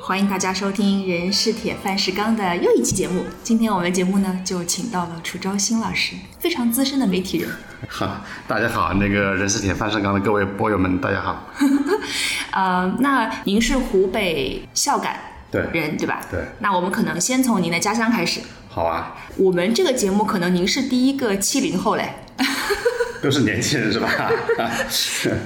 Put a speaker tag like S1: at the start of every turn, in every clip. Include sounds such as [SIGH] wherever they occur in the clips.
S1: 欢迎大家收听《人是铁，饭是钢》的又一期节目。今天我们节目呢，就请到了楚昭新老师，非常资深的媒体人。
S2: 哈， [LAUGHS] 大家好，那个人是铁，饭是钢的各位波友们，大家好。
S1: 呃，那您是湖北孝感
S2: 对，
S1: 人对吧？
S2: 对。
S1: 那我们可能先从您的家乡开始。
S2: 好啊，
S1: 我们这个节目可能您是第一个七零后嘞。
S2: 都是年轻人是吧？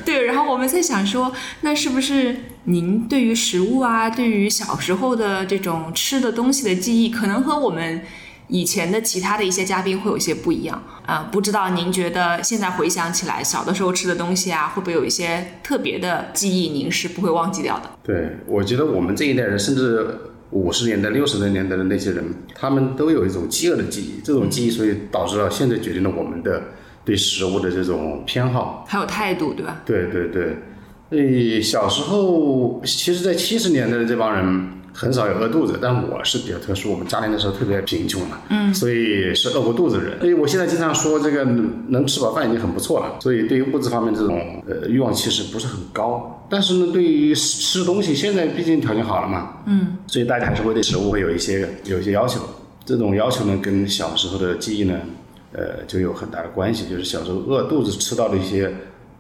S1: 对，然后我们在想说，那是不是您对于食物啊，对于小时候的这种吃的东西的记忆，可能和我们以前的其他的一些嘉宾会有一些不一样啊、不知道您觉得现在回想起来，小的时候吃的东西啊，会不会有一些特别的记忆，您是不会忘记掉的？
S2: [LAUGHS] 对，我觉得我们这一代人，甚至五十年代、六十年代的那些人，他们都有一种饥饿的记忆，这种记忆，所以导致了现在决定了我们的对食物的这种偏好。
S1: 还有态度，对吧？
S2: 对对对，呃，小时候，其实，在七十年代的这帮人很少有饿肚子，但我是比较特殊，我们家里那时候特别贫穷嘛，嗯，所以是饿过肚子的人。所以我现在经常说，这个能能吃饱饭已经很不错了。所以对于物质方面这种呃欲望其实不是很高，但是呢，对于吃吃东西，现在毕竟条件好了嘛，嗯，所以大家还是会对食物会有一些有一些要求。这种要求呢，跟小时候的记忆呢，呃，就有很大的关系。就是小时候饿肚子吃到的一些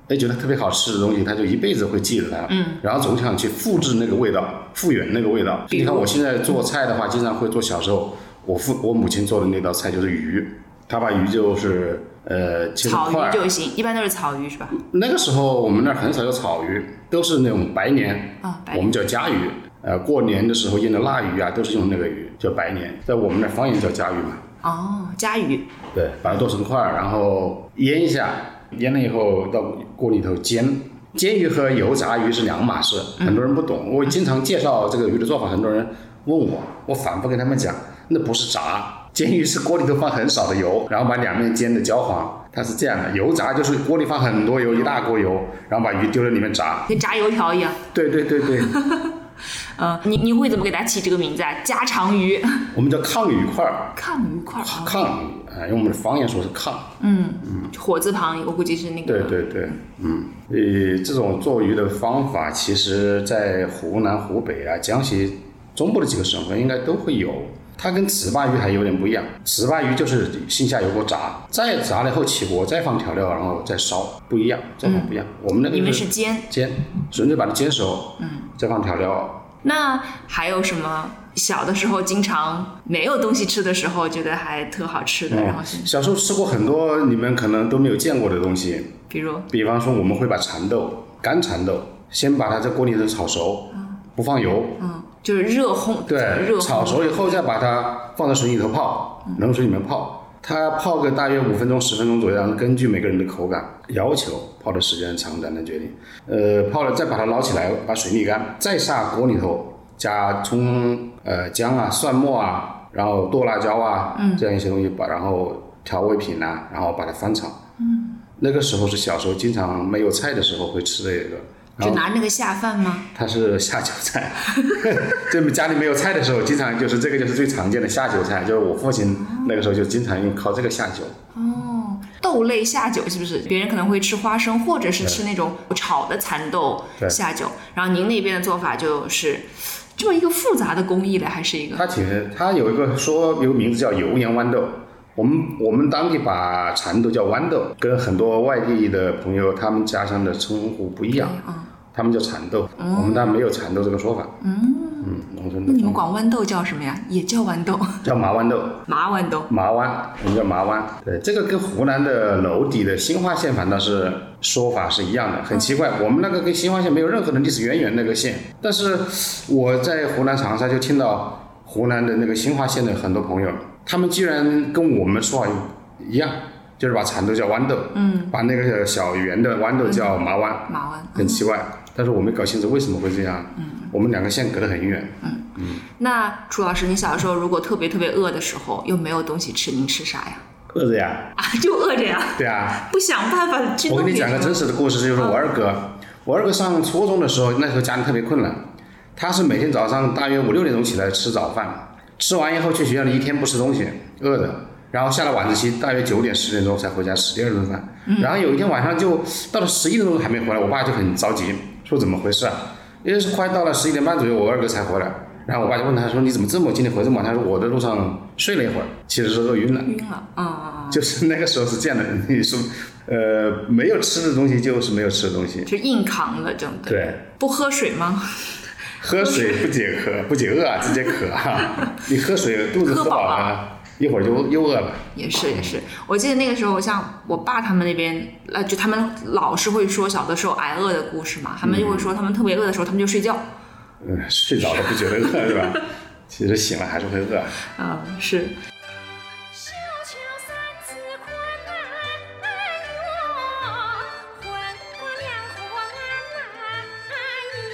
S2: 哎，觉得特别好吃的东西，他就一辈子会记着它，嗯，然后总想去复制那个味道，复原那个味道。
S1: 比如
S2: 你看我现在做菜的话，经常会做小时候我父我母亲做的那道菜就是鱼，她把鱼就是呃切成
S1: 草
S2: 块
S1: 鱼
S2: 儿，
S1: 就行，一般都是草鱼是吧？
S2: 那个时候我们那儿很少有草鱼，都是那种白鲢，
S1: 啊、白
S2: 我们叫甲鱼。呃，过年的时候腌的腊鱼啊，都是用那个鱼，叫白鲢，在我们那儿方言叫甲鱼嘛。
S1: 哦，甲鱼，
S2: 对，把它剁成块儿，然后腌一下，腌了以后到锅里头煎。煎鱼和油炸鱼是两码事，很多人不懂。我经常介绍这个鱼的做法，很多人问我，我反复跟他们讲，那不是炸，煎鱼是锅里头放很少的油，然后把两面煎的焦黄。它是这样的，油炸就是锅里放很多油，一大锅油，然后把鱼丢在里面炸。
S1: 跟炸油条一样。
S2: 对对对对，
S1: 呃，你你会怎么给它起这个名字啊？家常鱼、 [LAUGHS]
S2: 我们叫炕鱼块儿，
S1: 炕鱼块儿，哦
S2: 炕鱼啊，用我们的方言说是炕。
S1: 火字旁，我估计是那
S2: 对
S1: 个
S2: 对对，嗯，呃，这种做鱼的方法，其实在湖南、湖北啊、江西中部的几个省份应该都会有。它跟糍粑鱼还有点不一样，糍粑鱼就是先下油锅炸，再炸了以后起锅，再放调料，然后再烧，不一样，做法不一样。我们那
S1: 你
S2: 个
S1: 们
S2: 就是
S1: 煎。
S2: 煎，纯粹把它煎熟，嗯，再放调料。
S1: 那还有什么？小的时候经常没有东西吃的时候，觉得还特嗯好吃
S2: 嗯
S1: 的，然后是
S2: 小时候吃过很多你们可能都没有见过的东西，
S1: 比如
S2: 比方说，我们会把蚕豆、干蚕豆，先把它在锅里头炒熟，不放油，
S1: 嗯，就是热烘，热
S2: 对，炒
S1: 烘，
S2: 熟以后再把它放到水里头泡，冷水里面泡，它泡个大约五分钟、十分钟左右，然后根据每个人的口感要求，泡的时间长短来决定。呃，泡了再把它捞起来，把水沥干，再下锅里头加葱、呃姜啊、蒜末啊，然后剁辣椒啊，这样一些东西把，然后调味品呐、然后把它翻炒。嗯，那个时候是小时候经常没有菜的时候会吃这个。然
S1: 就
S2: 后
S1: 拿那个下饭吗？
S2: 它是下酒菜，就家里没有菜的时候，经常就是这个就是最常见的下酒菜，就是我父亲那个时候就经常用靠这个下酒。
S1: 哦，豆类下酒是不是？别人可能会吃花生，或者是吃那种炒的蚕豆
S2: 对
S1: 下酒。然后您那边的做法就是这么一个复杂的工艺嘞，还是一个嗯
S2: 它挺，它有一个说有个名字叫油盐豌豆，我们我们当地把蚕豆叫豌豆，跟很多外地的朋友他们家乡的称呼不一样，
S1: 嗯
S2: 他们叫蚕豆，我们那没有蚕豆这个说法。嗯农村
S1: 那
S2: 的
S1: 你们管豌豆叫什么呀？也叫豌豆，
S2: 叫麻豌豆。
S1: 麻豌豆。
S2: 麻湾，我们叫麻湾。对，这个跟湖南的娄底的新化县反倒是说法是一样的，很奇怪。我们那个跟新化县没有任何的历史渊源，那个县。但是我在湖南长沙就听到湖南的那个新化县的很多朋友，他们居然跟我们说法一样，就是把蚕豆叫豌豆，嗯，把那个小圆的豌豆叫麻湾，
S1: 麻豌。
S2: 很奇怪。但是我没搞清楚为什么会这样。嗯，我们两个县隔得很远。
S1: 那楚老师，你小的时候如果特别特别饿的时候，又没有东西吃，您吃啥呀？
S2: 饿着呀，
S1: 啊，就饿着呀，
S2: 对啊，
S1: 不想办法去
S2: 我
S1: 弄
S2: 跟
S1: 点啊
S2: 你讲
S1: 什
S2: 个
S1: 么
S2: 真实的故事，就是我二哥，我二哥上初中的时候，那时候家里特别困难，他是每天早上大约五六点钟起来吃早饭，吃完以后去学校里一天不吃东西，饿的，然后下了晚自习大约九点十点钟才回家吃第二顿饭，然后有一天晚上就到了十一点钟还没回来，我爸就很着急，说怎么回事啊？因为是快到了十一点半左右，我二哥才回来，然后我爸就问他说：“你怎么这么今天回这么晚？”他说：“我在路上睡了一会儿，其实是饿晕了。”
S1: 晕了啊，
S2: [LAUGHS] 就是那个时候是这样的，你说，呃，没有吃的东西就是没有吃的东西，
S1: 就硬扛了，真的。
S2: 对，
S1: 不喝水吗？
S2: 喝水不解渴，不解饿啊，直接渴 [LAUGHS] 啊！你喝水肚子
S1: 喝
S2: 喝
S1: 饱
S2: 饱了，一会儿就又饿了。
S1: 也是也是，我记得那个时候，像我爸他们那边，呃，就他们老是会说小的时候挨饿的故事嘛，他们就会说他们特别饿的时候，他们就睡觉。
S2: 嗯，睡着了不觉得饿是吧？其实醒了还是会饿。
S1: 啊、是。
S3: 小桥三尺宽，我唤我娘唤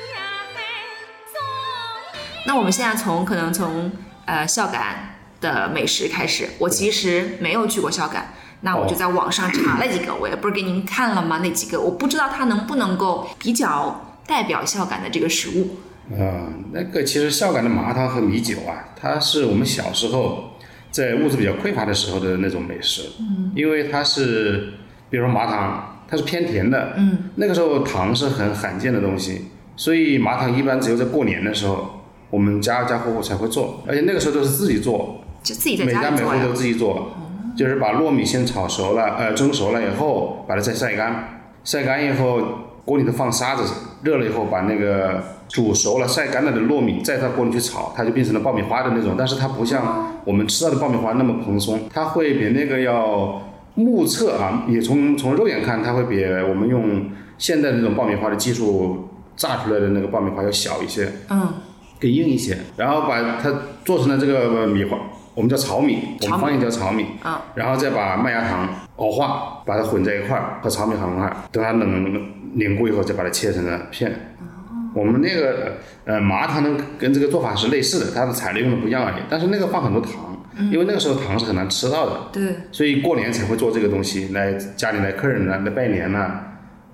S3: 呀嘿，送
S1: 那我们现在从可能从呃孝感的美食开始，我其实没有去过孝感。那
S2: 哦
S1: 我就在网上查了几个，我也不是给您看了吗？那几个我不知道它能不能够比较代表孝感的这个食物。
S2: 嗯，那个其实孝感的麻汤和米酒啊，它是我们小时候在物质比较匮乏的时候的那种美食。嗯，因为它是，比如说麻糖，它是偏甜的。嗯，那个时候糖是很罕见的东西，所以麻糖一般只有在过年的时候，我们家家户户才会做，而且那个时候都是自己做，
S1: 就自己在
S2: 每
S1: 家
S2: 家
S1: 里
S2: 每
S1: 做
S2: 户
S1: 呀哦
S2: 都，自己做，就是把糯米先炒熟了，呃，蒸熟了以后，把它再晒干，晒干以后锅里头放沙子，热了以后把那个煮熟了、晒干了的糯米再到锅里去炒，它就变成了爆米花的那种，但是它不像我们吃到的爆米花那么蓬松，它会比那个要目测啊，也从从肉眼看，它会比我们用现在的那种爆米花的技术炸出来的那个爆米花要小一些。
S1: 嗯，
S2: 更硬一些，然后把它做成了这个米花，我们叫炒米，我
S1: 炒
S2: 们
S1: 米
S2: 方言叫炒米，
S1: 嗯
S2: 然后再把麦芽糖熬化，把它混在一块儿，和炒米混一块儿，等它冷凝固以后，再把它切成了片。
S1: 哦
S2: 我们那个呃麻糖呢，跟这个做法是类似的，它的材料用的不一样而已，但是那个放很多糖，
S1: 嗯
S2: 因为那个时候糖是很难吃到的，
S1: 对，
S2: 所以过年才会做这个东西来家里来客人来啊来拜年呐、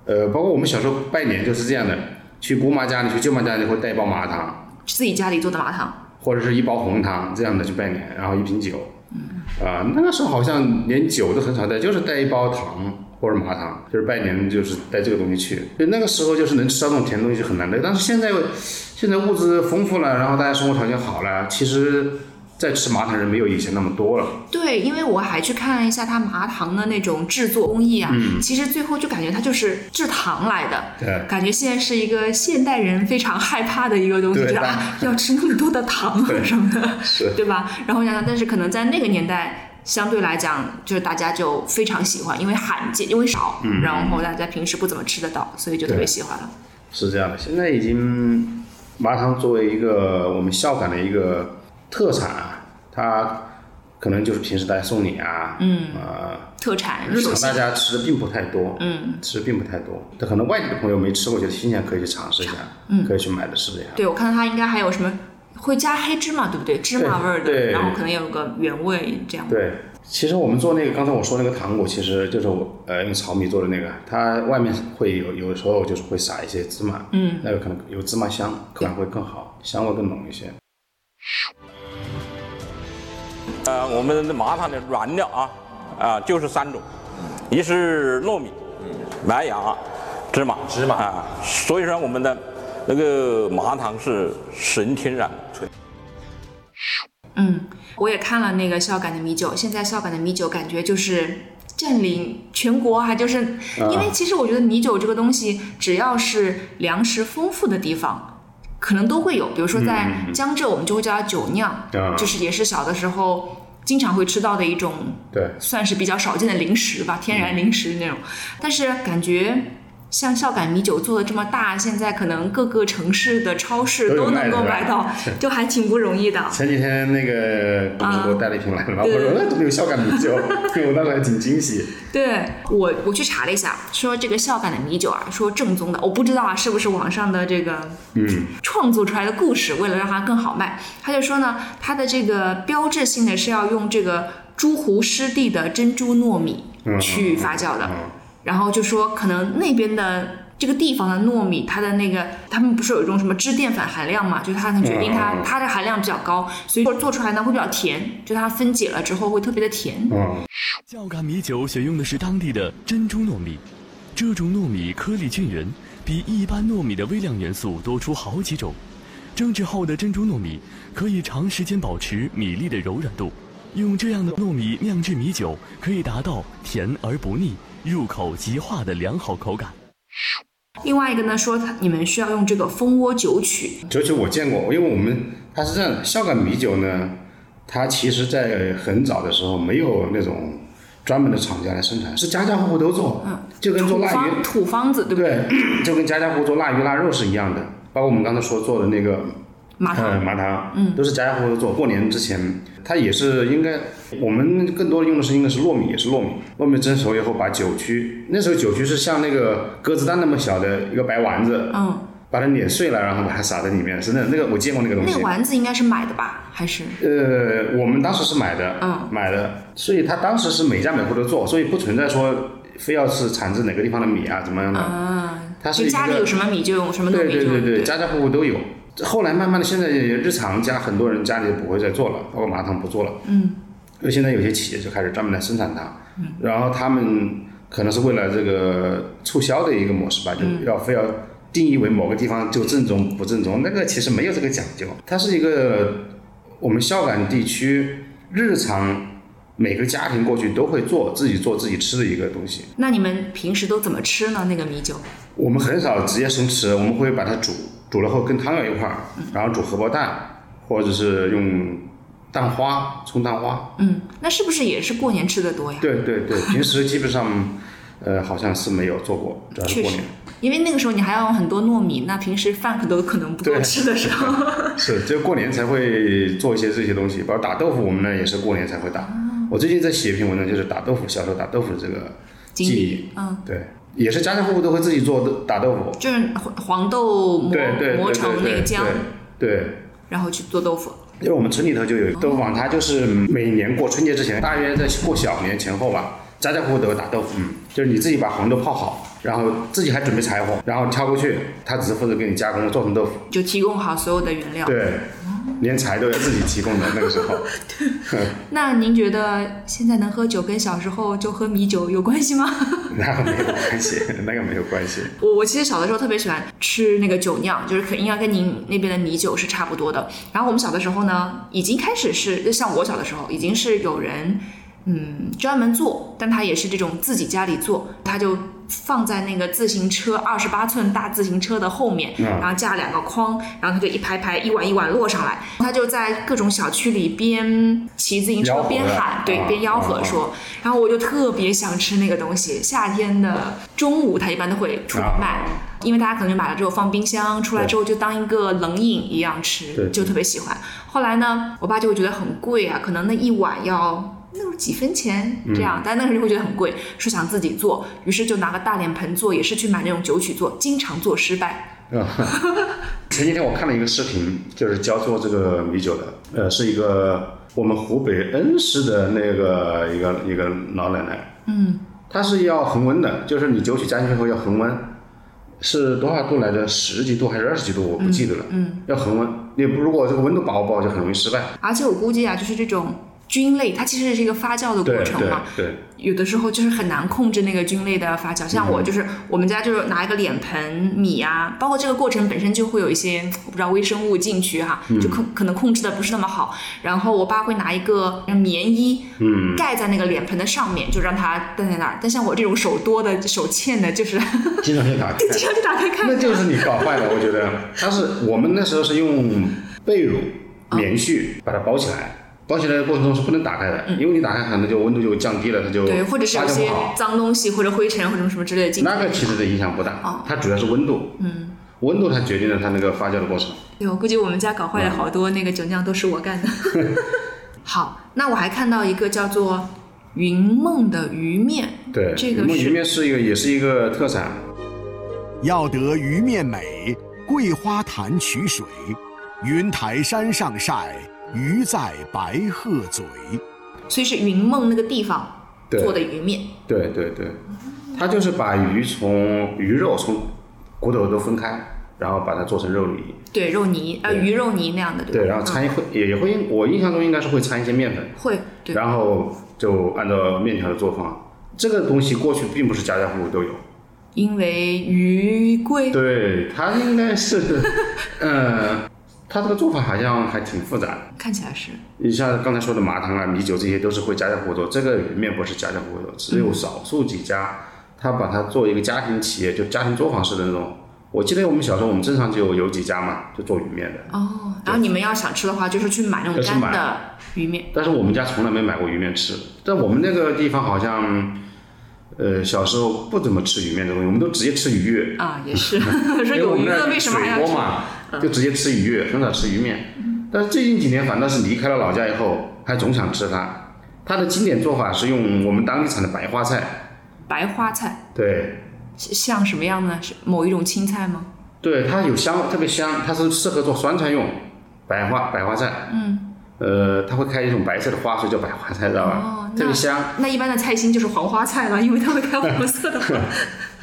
S2: 呃，包括我们小时候拜年就是这样的，去姑妈家里去舅妈家里会带一包麻糖，
S1: 自己家里做的麻糖，
S2: 或者是一包红糖这样的去拜年，然后一瓶酒。啊、那个时候好像连酒都很少带，就是带一包糖或者麻糖，就是拜年就是带这个东西去。就那个时候就是能吃到这种甜东西就很难得，但是现在现在物质丰富了，然后大家生活条件好了，其实再吃麻糖人没有以前那么多了。
S1: 对，因为我还去看了一下它麻糖的那种制作工艺啊，
S2: 嗯
S1: 其实最后就感觉它就是制糖来的，
S2: 对，
S1: 感觉现在是一个现代人非常害怕的一个东西，
S2: 对
S1: 就是啊，要吃那么多的糖啊什么的，
S2: 是
S1: 对吧？然后想想，但是可能在那个年代。相对来讲，就是大家就非常喜欢，因为罕见，因为少，然后大家平时不怎么吃得到，所以就特别
S2: 嗯对
S1: 喜欢了。
S2: 是这样的，现在已经麻糖作为一个我们孝感的一个特产啊，它可能就是平时大家送礼啊，嗯，呃。
S1: 特产
S2: 日
S1: 首
S2: 常
S1: 先
S2: 大家吃的并不太多，
S1: 嗯，
S2: 吃的并不太多。但可能外地的朋友没吃过，觉得新鲜可以去尝试一下，嗯，可以去买的试一下。
S1: 对，我看到它应该还有什么会加黑芝麻，对不对？芝麻味儿的，
S2: 对
S1: 然后可能有个原味这样。
S2: 对，其实我们做那个刚才我说那个糖果，其实就是我呃用炒米做的那个，它外面会有有时候就是会撒一些芝麻，嗯，那个可能有芝麻香，口感会更好，香味更浓一些。
S4: 呃，我们的麻糖的原料啊，啊、就是三种，一是糯米、麦芽、芝麻，
S5: 芝麻
S4: 啊、所以说我们的那个麻糖是纯天然的。
S1: 嗯，我也看了那个孝感的米酒，现在孝感的米酒感觉就是占领全国啊，就是因为其实我觉得米酒这个东西，只要是粮食丰富的地方。可能都会有，比如说在江浙，我们就会叫它酒酿，
S2: 嗯啊
S1: 就是也是小的时候经常会吃到的一种
S2: 对，
S1: 算是比较少见的零食
S2: 嗯
S1: 吧，天然零食那种。但是感觉像孝感米酒做的这么大，现在可能各个城市的超市
S2: 都有
S1: 都能
S2: 卖
S1: 够
S2: 是吧
S1: 买
S2: [LAUGHS]
S1: 到，就还挺不容易的。
S2: 前几天那个同事给我带了一瓶来，然后我
S1: 对
S2: 说
S1: 啊对
S2: 哎怎么有孝感米酒？我当时还挺惊喜。
S1: 对我，我去查了一下，说这个孝感的米酒啊，说正宗的，我不知道啊，是不是网上的这个
S2: 嗯，
S1: 创作出来的故事，为了让它更好卖，他就说呢，它的这个标志性的是要用这个诸湖湿地的珍珠糯米
S2: 嗯
S1: 去发酵的，
S2: 嗯嗯
S1: 然后就说可能那边的。这个地方的糯米，它的那个，他们不是有一种什么支淀粉含量嘛？就是它能决定它
S2: 嗯嗯嗯
S1: 它的含量比较高，所以做做出来呢会比较甜，就它分解了之后会特别的甜。
S2: 嗯，
S6: 孝感米酒选用的是当地的珍珠糯米，这种糯米颗粒均匀，比一般糯米的微量元素多出好几种，蒸制后的珍珠糯米可以长时间保持米粒的柔软度，用这样的糯米酿制米酒，可以达到甜而不腻、入口即化的良好口感。
S1: 另外一个呢，说它你们需要用这个蜂窝酒曲，
S2: 九曲嗯我见过，因为我们它是这样的，孝感米酒呢，它其实在很早的时候没有那种专门的厂家来生产，是家家户户都做，就跟做
S1: 嗯土
S2: 腊鱼
S1: 方土方子，对不对？
S2: 对，就跟家家户户做腊鱼腊肉是一样的，包括我们刚才说做的那个
S1: 麻
S2: 呃
S1: 糖，
S2: 麻糖，嗯，都是家家户户做。过年之前，它也是应该我们更多用的是应该是糯米，也是糯米，糯米蒸熟以后把酒曲，那时候酒曲是像那个鸽子蛋那么小的一个白丸子，
S1: 嗯，
S2: 把它碾碎了，然后把它撒在里面，是那那个我见过那个东
S1: 那
S2: 西
S1: 个。丸子应该是买的吧？还是
S2: 呃，我们当时是买的，
S1: 嗯
S2: 买的，所以它当时是每家每户都做，所以不存在说非要是产自哪个地方的米啊怎么样的，
S1: 啊？
S2: 它是一
S1: 就
S2: 个
S1: 家里有什么米就用什么糯
S2: 对
S1: 米就
S2: 对
S1: 用。
S2: 对对，家家户户都有。后来慢慢的，现在日常家很多人家里不会再做了，包括麻糖不做了。嗯。因为现在有些企业就开始专门来生产它，嗯、然后他们可能是为了这个促销的一个模式吧，就要非要定义为某个地方就正宗不正宗，那个其实没有这个讲究，它是一个我们孝感地区日常每个家庭过去都会做自己做自己吃的一个东西。
S1: 那你们平时都怎么吃呢？那个米酒？
S2: 我们很少直接生吃，我们会把它煮，煮了后跟汤料一块儿，然后煮荷包蛋，或者是用蛋花冲蛋花。
S1: 嗯，那是不是也是过年吃的多呀？
S2: 对对
S1: [LAUGHS]
S2: 对，平时基本上，呃，好像是没有做过，主要是
S1: 确
S2: 过
S1: 实
S2: 年。，
S1: 因为那个时候你还要用很多糯米，那平时饭可都可能不够
S2: 对
S1: 吃的时候。
S2: 是，只有过年才会做一些这些东西，包括打豆腐，我们呢也是过年才会打。
S1: 啊
S2: 我最近在写一篇文章，就是打豆腐，小时候打豆腐这个记
S1: 经
S2: 忆
S1: 历，，嗯，
S2: 对，也是家家户户都会自己做豆打豆腐，
S1: [LAUGHS] 就是黄黄豆磨
S2: 对对对
S1: 磨
S2: 对
S1: 成那个
S2: 对
S1: 浆，
S2: 对。对
S1: 然后去做豆腐。
S2: 因为我们村里头就有豆腐坊，它就是每年过春节之前，大约在过小年前后吧，家家户户都有打豆腐。嗯，就是你自己把黄豆泡好，然后自己还准备柴火，然后挑过去，他只是负责给你加工做成豆腐。
S1: 就提供好所有的原料。
S2: 对，连柴都要自己提供的那个时候。 [LAUGHS]
S1: 那您觉得现在能喝酒跟小时候就喝米酒有关系吗？
S2: 那个没有关系，那个没有关系。
S1: 我我其实小的时候特别喜欢吃那个酒酿，就是可应该跟您那边的米酒是差不多的。然后我们小的时候呢，已经开始是，就像我小的时候，已经是有人嗯专门做，但他也是这种自己家里做，他就放在那个自行车二十八寸大自行车的后面，
S2: 嗯
S1: 然后架两个筐，然后他就一排排一碗一碗摞上来，他就在各种小区里边骑自行车
S2: 吆喝
S1: 边喊，对，
S2: 啊
S1: 边吆
S2: 啊
S1: 喝说。然后我就特别想吃那个东西。夏天的中午，它一般都会出
S2: 啊
S1: 来卖，因为大家可能就买了之后放冰箱，出来之后就当一个冷饮一样吃，
S2: 对
S1: 就特别喜欢。后来呢，我爸就会觉得很贵啊，可能那一碗要。那时候几分钱
S2: 嗯
S1: 这样，但那个时候就会觉得很贵，说想自己做，于是就拿个大脸盆做，也是去买那种酒曲做，经常做失败。
S2: 前几天我看了一个视频，就是教做这个米酒的，呃，是一个我们湖北恩施的那个一个一个老奶奶，嗯，她是要恒温的，就是你酒曲加进去后要恒温，是多少度来着？十几度还是二十几度？我不记得了，嗯，要恒温，你不如果这个温度把握不好，就很容易失败。
S1: 而且我估计啊，就是这种菌类，它其实是一个发酵的
S2: 对
S1: 过程
S2: 对
S1: 嘛，
S2: 对，
S1: 有的时候就是很难控制那个菌类的发酵，
S2: 嗯
S1: 像我就是我们家就是拿一个脸盆米啊，包括这个过程本身就会有一些我不知道微生物进去哈、
S2: 嗯
S1: 就可可能控制的不是那么好。然后我爸会拿一个棉衣，嗯，盖在那个脸盆的上面，就让它站在那儿。但像我这种手多的、手欠的，就是 [LAUGHS] 经
S2: 经常性 [LAUGHS] 打开，
S1: 常就打开看
S2: 那
S1: 一下。
S2: 就是你搞坏了，我觉得。它是我们那时候是用被褥、
S1: 啊
S2: 棉絮把它包起来，包起来的过程中是不能打开的，因为你打开可能就温度就降低了，它就
S1: 嗯对，或者是有
S2: 发酵
S1: 些
S2: 不好。
S1: 脏东西或者灰尘或者什么什么之类的进去。
S2: 那个其实的影响不大
S1: 哦，
S2: 它主要是温度。嗯，温度它决定了它那个发酵的过程。
S1: 对，我哎估计我们家搞坏了
S2: 嗯
S1: 好多那个酒酿都是我
S2: [LAUGHS]
S1: 干的。好，那我还看到一个叫做“云梦”的鱼面，
S2: 对，
S1: 这个
S2: 我们
S1: 是
S2: 鱼面是一个也是一个特产，
S5: 要得鱼面美，桂花潭取水。云台山上晒，鱼在白鹤嘴。
S1: 所以是云梦那个地方
S2: 对
S1: 做的鱼面。
S2: 对对对，它就是把鱼从鱼肉从骨头都分开，然后把它做成肉泥。
S1: 对肉泥，呃，
S2: 对
S1: 鱼肉泥那样的，对吧？
S2: 对，然后
S1: 嗯
S2: 掺一会也也会，我印象中应该是会掺一些面粉。
S1: 会，对，
S2: 然后就按照面条的做法，这个东西过去并不是家家户户都有，
S1: 因为鱼贵，
S2: 对，它应该是，呃，它这个做法好像还挺复杂。
S1: 看起来是，
S2: 你像刚才说的麻糖啊、米酒这些都是会家家户户做，这个鱼面不是家家户户做，只有少数几家，他把它做一个家庭企业，就家庭作坊式的那种。我记得我们小时候，我们镇上就有几家嘛，就做鱼面的。
S1: 哦，然后你们要想吃的话，就是去买那种
S2: 要去
S1: 干
S2: 买
S1: 的鱼面，
S2: 但是我们家从来没买过鱼面吃，但我们那个地方好像，呃，小时候不怎么吃鱼面这东西，我们都直接吃鱼。
S1: 啊，也是
S2: [LAUGHS] 因
S1: 说
S2: 为我
S1: 有
S2: 们
S1: 鱼
S2: 那
S1: 了，
S2: 儿
S1: 为什么还要
S2: 水
S1: 吃
S2: 锅？嘛，就直接吃鱼，很少吃鱼面。但是最近几年反倒是离开了老家以后，还总想吃它。它的经典做法是用我们当地产的白花菜，
S1: 白花菜
S2: 对，
S1: 像什么样呢？是某一种青菜吗？
S2: 对，它有香，特别香，它是适合做酸菜用，白花白花菜。嗯。呃，它会开一种白色的花，所以叫白花菜，知道吧？
S1: 哦那
S2: 特别香。
S1: 那一般的菜心就是黄花菜了，因为它会开黄色的
S2: [LAUGHS]
S1: 花。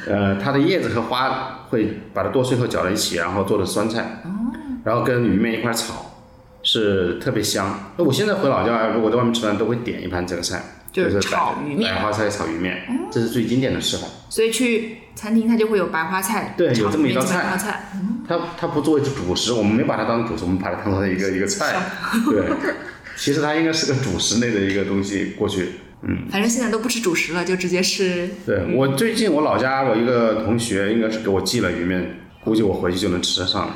S2: 呃，它的叶子和花会把它剁碎后搅在一起，然后做的酸菜，
S1: 哦
S2: 然后跟鱼面一块儿炒，是特别香。那我现在回老家，如果在外面吃饭，都会点一盘这个菜，
S1: 就是
S2: 是
S1: 炒
S2: 白
S1: 鱼面哦
S2: 白花菜炒鱼面，这是最经典的吃法。
S1: 所以去餐厅它就会有白花菜，
S2: 对有这么一道
S1: 炒里面
S2: 菜嗯
S1: 白花菜，
S2: 它它不作为主食，我们没把它当主食，我们把它当成一个一个菜。对，其实它应该是个主食类的一个东西过去。
S1: 反正现在都不吃主食了，就直接吃。
S2: 对我最近我老家我一个同学应该是给我寄了鱼面，估计我回去就能吃得上了。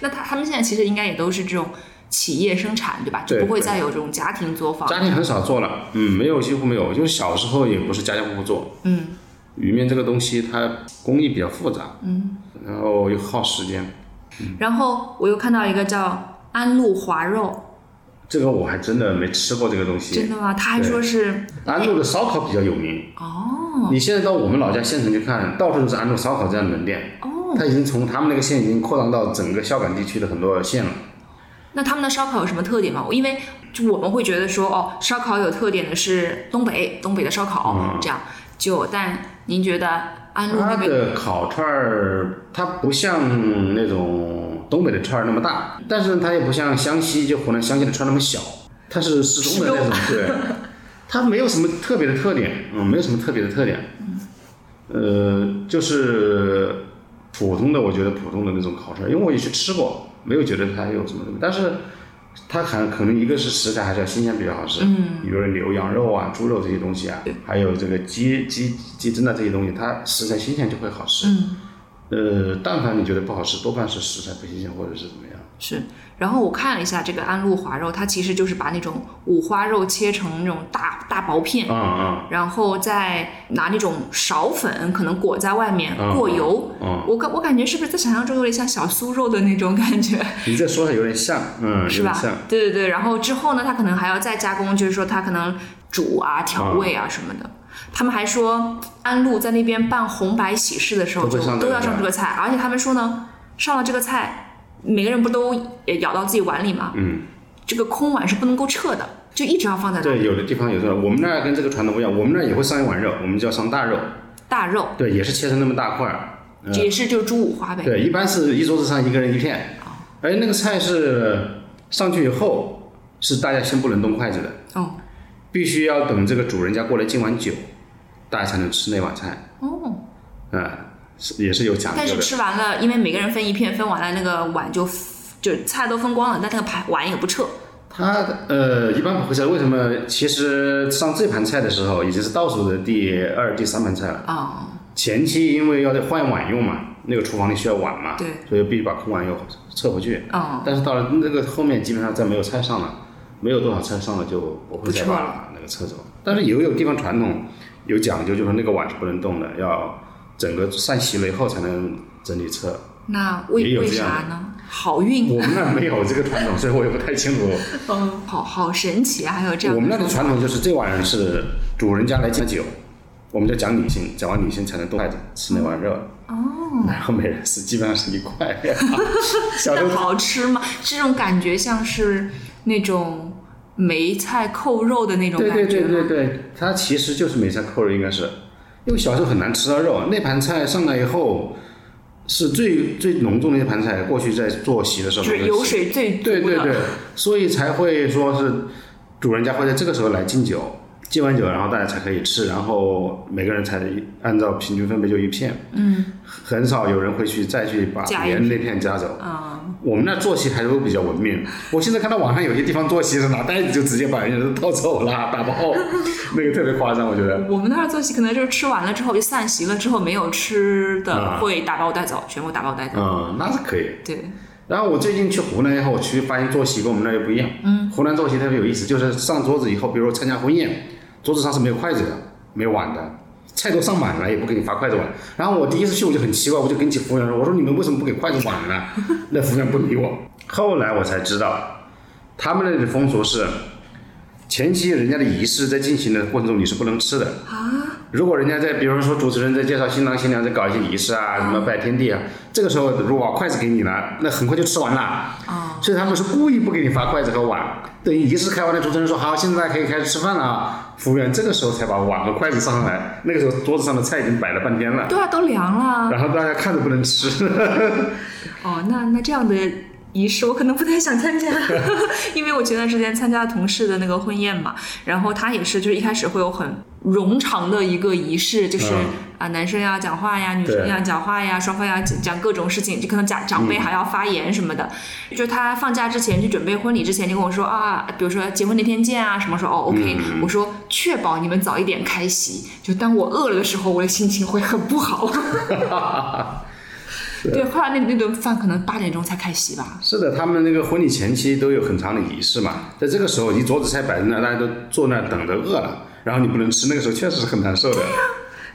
S1: 那他他们现在其实应该也都是这种企业生产，对吧？就
S2: 对
S1: 不会
S2: 对
S1: 再有这种家庭作坊。
S2: 家庭很少做了，嗯，没有，几乎没有，就是小时候也不是家家户户做，
S1: 嗯，
S2: 鱼面这个东西它工艺比较复杂，嗯，然后又耗时间，
S1: 然后我又看到一个叫安陆滑肉，
S2: 这个我还真的没吃过这个东
S1: 真
S2: 西。
S1: 的吗？他还说是
S2: 安陆的烧烤比较有名，
S1: 哦
S2: 你现在到我们老家县城去看，到处都是安陆烧烤这样的门店，
S1: 哦，
S2: 它已经从他们那个县已经扩张到整个孝感地区的很多县了。
S1: 那他们的烧烤有什么特点吗？因为就我们会觉得说哦，烧烤有特点的是东北东北的烧烤、
S2: 嗯
S1: 这样，就但您觉得安陆那
S2: 它
S1: 边
S2: 的烤串儿，它不像那种东北的串儿那么大，但是它也不像湘西就湖南湘西的串儿那么小，它是适中的那种，对， [LAUGHS] 它没有什么特别的特点，嗯，没有什么特别的特点，呃，就是普通的，我觉得普通的那种烤串儿，因为我也去吃过，没有觉得它有什么什么，但是。它可能可能一个是食材还是要新鲜比较好吃，嗯，比如说牛羊肉啊、猪肉这些东西啊，还有这个鸡鸡鸡胗啊这些东西，它食材新鲜就会好吃。
S1: 嗯
S2: 呃，但凡你觉得不好吃，多半是食材不新鲜或者是怎么样。
S1: 是，然后我看了一下这个安陆滑肉，它其实就是把那种五花肉切成那种大大薄片，
S2: 嗯
S1: 然后再拿那种苕粉可能裹在外面、
S2: 嗯
S1: 过油。
S2: 嗯
S1: 我感我感觉是不是在想象中有点像小酥肉的那种感觉，
S2: 嗯，你这说的有点像，嗯，
S1: 是
S2: 有点
S1: 吧
S2: 像。？
S1: 对对对，然后之后呢，它可能还要再加工，就是说它可能煮啊、调味啊什么的。他们还说，安陆在那边办红白喜事的时候，
S2: 都
S1: 就
S2: 会上这
S1: 都
S2: 个
S1: 要上
S2: 菜
S1: 这个菜，而且他们说呢，上了这个菜，每个人不都也舀到自己碗里吗？
S2: 嗯，
S1: 这个空碗是不能够撤的，就一直要放在那
S2: 对，
S1: 里。
S2: 有的地方有这种，我们那儿跟这个传统不一样，我们那儿也会上一碗肉，我们叫上大肉，
S1: 大肉，
S2: 对，也是切成那么大块儿。嗯
S1: 这也是就是猪五花呗。
S2: 对，一般是一桌子上一个人一片，而那个菜是上去以后是大家先不能动筷子的，
S1: 哦
S2: 必须要等这个主人家过来敬完酒，大家才能吃那碗菜。
S1: 哦，
S2: 嗯，是也是有讲究
S1: 但
S2: 的。
S1: 是吃完了，因为每个人分一片，分完了那个碗就 f- 就菜都分光了，但那个盘碗也不撤。
S2: 他呃，一般不会吃。为什么？其实上这盘菜的时候已经是倒数的第二、第三盘菜了。
S1: 哦，
S2: 前期因为要得换碗用嘛，那个厨房里需要碗嘛，
S1: 对
S2: 所以必须把空碗又撤回去。
S1: 哦
S2: 但是到了那个后面，基本上再没有菜上了，没有多少菜上了就不
S1: 不
S2: 会再
S1: 撤
S2: 把
S1: 了
S2: 那个撤走。但是也有地方传统有讲究，就是那个碗是不能动的，要整个散席了以后才能整
S1: [LAUGHS]
S2: 体撤。
S1: 那
S2: 也
S1: 为
S2: 有
S1: 为
S2: 这样的
S1: 啥呢？好运
S2: 我，们那儿没有这个传统，所以我也不太清楚。
S1: 嗯，好好神奇啊！还有这样
S2: 我们那
S1: 的
S2: 里传统就是这碗是主人家来敬酒，我们就讲礼性，讲完礼性才能动筷子吃那碗肉。哦，然后每人是基本上是一
S1: [LAUGHS]
S2: 块。小时
S1: 那
S2: 候
S1: 好吃吗？这种感觉像是那种梅菜扣肉的那种
S2: 对
S1: 感觉
S2: 对
S1: 吗？
S2: 对对对，它其实就是梅菜扣肉，应该是，因为小时候很难吃到肉，那盘菜上来以后是最最浓重的一盘菜，过去在做席的时候
S1: 就
S2: 还
S1: 是
S2: 会
S1: 油
S2: 吃
S1: 水最足的。
S2: 对对对，所以才会说是主人家会在这个时候来敬酒，敬完酒，然后大家才可以吃，然后每个人才按照平均分配就一片，
S1: 嗯
S2: 很少有人会去再去把
S1: 加一
S2: 别人那
S1: 片
S2: 片夹走。
S1: 啊，
S2: 我们那坐席还都比较文明，我现在看到网上有些地方坐席是拿袋子就直接把人家都倒走了，打包，
S1: [LAUGHS]
S2: 那个特别夸张，我觉得。
S1: 我们那儿坐席可能就是吃完了之后就散席了，之后没有吃
S2: 啊
S1: 的会打包带走，全部打包带走。
S2: 嗯，那是可以。
S1: 对，
S2: 然后我最近去湖南以后，我去发现坐席跟我们那里不一样。嗯，湖南坐席特别有意思，就是上桌子以后，比如说参加婚宴，桌子上是没有筷子的，没有碗的，菜都上满了，也不给你发筷子碗。然后我第一次去我就很奇怪，我就跟起服务员说：“我说你们为什么不给筷子碗呢？” [LAUGHS] 那服务员不理我。后来我才知道，他们那里的风俗是，前期人家的仪式在进行的过程中你是不能吃的。
S1: 啊
S2: 如果人家在，比如说主持人在介绍新郎新娘，在搞一些仪式啊，什么拜天地啊，这个时候如果把筷子给你了，那很快就吃完了。
S1: 啊、
S2: 所以他们是故意不给你发筷子和碗，等仪式开完了，主持人说好，现在大家可以开始吃饭了啊。服务员这个时候才把碗和筷子上来，那个时候桌子上的菜已经摆了半天了，
S1: 对啊，都凉了。
S2: 然后大家看着不能吃。
S1: 哦，那那这样的仪式我可能不太想
S2: [LAUGHS]
S1: 参加，因为我前段时间参加同事的那个婚宴嘛，然后他也是，就是一开始会有很冗长的一个仪式，就是、
S2: 嗯
S1: 啊，男生要讲话呀，女
S2: 对嗯
S1: 生要讲话呀，双方要讲讲各种事情，就可能长长辈还要发言什么的。就他放假之前去准备婚礼之前，就跟我说啊，比如说结婚那天见啊，什么时候哦，OK，、我
S2: 嗯
S1: 说确保你们早一点开席。就当我饿了的时候，我的心情会很不好。 [LAUGHS] 对，后来那那顿饭可能八点钟才开席吧。
S2: 是的，他们那个婚礼前期都有很长的仪式嘛，在这个时候，你桌子菜摆在那，大家都坐那儿等着饿了，然后你不能吃，那个时候确实是很难受的。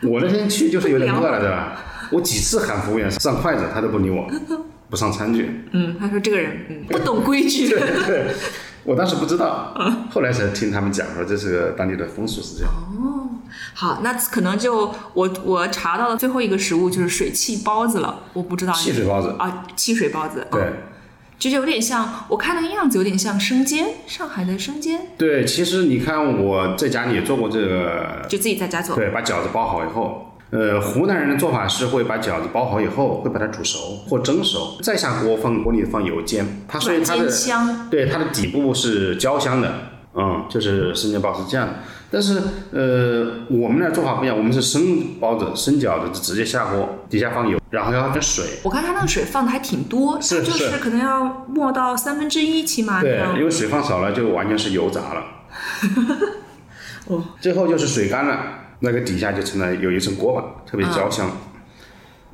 S2: 我那天去就是有点饿了，对吧？我几次喊服务员上筷子，他都不理我，不上餐具。
S1: 嗯，他说这个人嗯不懂规矩。
S2: 我当时不知道，后来才听他们讲说这是个当地的风俗是这样。
S1: [LAUGHS] 好，那可能就我我查到的最后一个食物就是水汽包子了，我不知道你
S2: 汽水包子
S1: 啊，汽水包子，
S2: 对
S1: 哦，这就有点像，我看那个样子有点像生煎，上海的生煎，
S2: 对，其实你看我在家里也做过这个
S1: 就自己在家做，
S2: 对，把饺子包好以后，呃，湖南人的做法是会把饺子包好以后，会把它煮熟或蒸熟，再下锅放锅里放油煎，它所以
S1: 软
S2: 它的
S1: 煎香，
S2: 对它的底部是焦香的，嗯，就是生煎包是这样的。但是呃，我们那儿做法不一样，我们是生包子、生饺子就直接下锅，底下放油，然后要放点水。
S1: 我看他那个水放的还挺多，
S2: 是
S1: 就是是可能要没到三分之一起码这
S2: 对
S1: 样，
S2: 因为水放少了就完全是油炸了。
S1: 哦，
S2: 最后就是水干了，那个底下就成了有一层锅巴，特别焦香。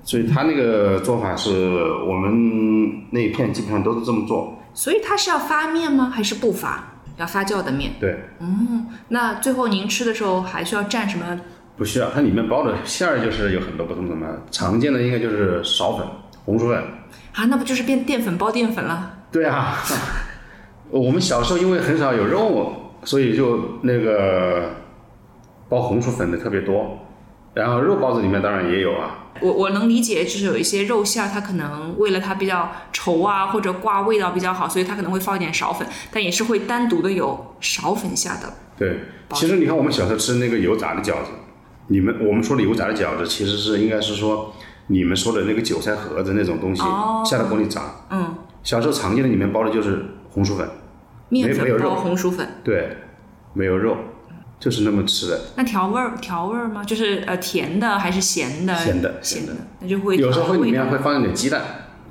S2: 所以他那个做法是我们那一片基本上都是这么做。
S1: 所以它是要发面吗？还是不发？要发酵的面？
S2: 对，
S1: 那最后您吃的时候还需要蘸什么？
S2: 不需要，它里面包的馅儿就是有很多不同的嘛，常见的应该就是苕粉、红薯粉。
S1: 啊，那不就是变淀粉包淀粉了？
S2: 对啊，我们小时候因为很少有肉，所以就那个包红薯粉的特别多。然后肉包子里面当然也有啊，
S1: 我我能理解，就是有一些肉馅儿，它可能为了它比较稠啊，或者挂味道比较好，所以它可能会放一点苕粉，但也是会单独的有苕粉下的。
S2: 对，其实你看我们小时候吃那个油炸的饺子，你们我们说的油炸的饺子，其实是应该是说你们说的那个韭菜盒子那种东西、
S1: 哦
S2: 下到锅里炸。
S1: 嗯，
S2: 小时候常见的里面包的就是红薯粉，
S1: 面
S2: 没没有
S1: 粉
S2: 肉
S1: 包红薯粉，
S2: 对，没有肉，就是那么吃的。
S1: 那调味儿调味儿吗？就是呃甜的还是咸的？
S2: 咸的
S1: 咸
S2: 咸的
S1: 那就会
S2: 有时候
S1: 调
S2: 会里
S1: 味
S2: 面
S1: 道
S2: 会放一点鸡蛋，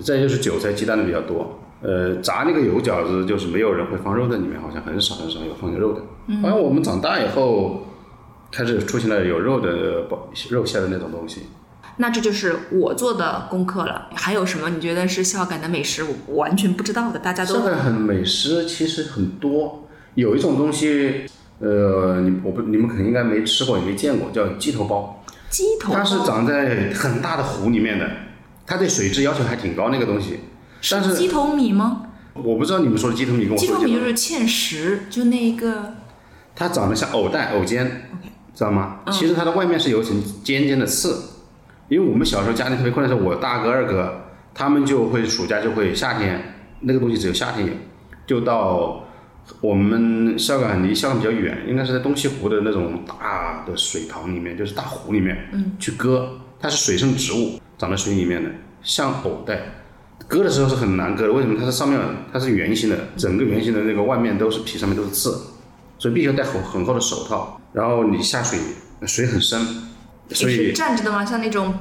S2: 再就是韭菜鸡蛋的比较多。呃，炸那个油饺子就是没有人会放肉在里面，好像很少很少有放肉的。
S1: 嗯
S2: 好像我们长大以后开始出现了有肉的包肉馅的那种东西。
S1: 那这就是我做的功课了。还有什么你觉得是孝感的美食？我完全不知道的，大家
S2: 上
S1: 都
S2: 海很美食其实很多，有一种东西，呃，你我不你们肯定应该没吃过也没见过，叫鸡头包，
S1: 鸡头包，
S2: 它是长在很大的湖里面的，它对水质要求还挺高那个东西。但
S1: 鸡
S2: 是
S1: 头米吗？
S2: 我不知道你们说的鸡头米跟我
S1: 鸡
S2: 说
S1: 头
S2: 的
S1: 米
S2: 这
S1: 就
S2: 个，
S1: 是芡实，就那一个
S2: 它长得像藕带藕尖，知道吗？其实它的外面是有一层尖尖的刺，因为我们小时候家里特别困难的时候，我大哥二哥他们就会暑假就会夏天那个东西只有夏天有，就到我们孝感离孝感比较远，应该是在东西湖的那种大的水塘里面，就是大湖里面，嗯，去割，它是水生植物，长在水里面的，像藕带。割的时候是很难割的，为什么？它是上面它是圆形的，整个圆形的那个外面都是皮，上面都是刺，所以必须要戴很很厚的手套。然后你下水，水很深，所
S1: 你是
S2: 以
S1: 站着的吗？像那种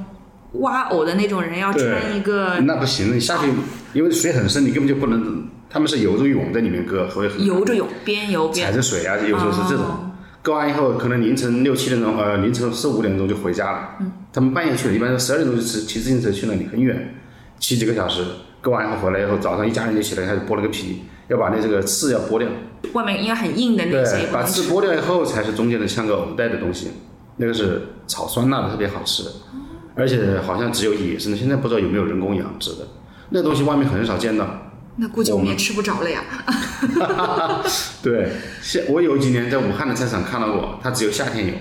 S1: 挖偶的那种人，要穿
S2: 对
S1: 一个
S2: 那不行，你下去，因为水很深，你根本就不能。他们是游着泳在里面割，所以很
S1: 游着泳，边游
S2: 踩
S1: 边
S2: 着水啊，有时候是这种。割完以后，可能凌晨六七点钟，呃，凌晨四五点钟就回家了。嗯，他们半夜去了，一般是十二点钟就骑骑自行车去那里，很远，骑几个小时。割完以后回来以后，早上一家人就起来开始剥了个皮，要把那这个刺要剥掉。
S1: 外面应该很硬的那些，
S2: 对，把刺剥掉以后才是中间的像个藕带的东西，那个是炒酸辣的，特别好吃，而且好像只有野生的，现在不知道有没有人工养殖的。那个东西外面很少见到。
S1: 那估计我们也吃不着了呀。
S2: 对，现我有几年在武汉的菜市场看到过，它只有夏天有。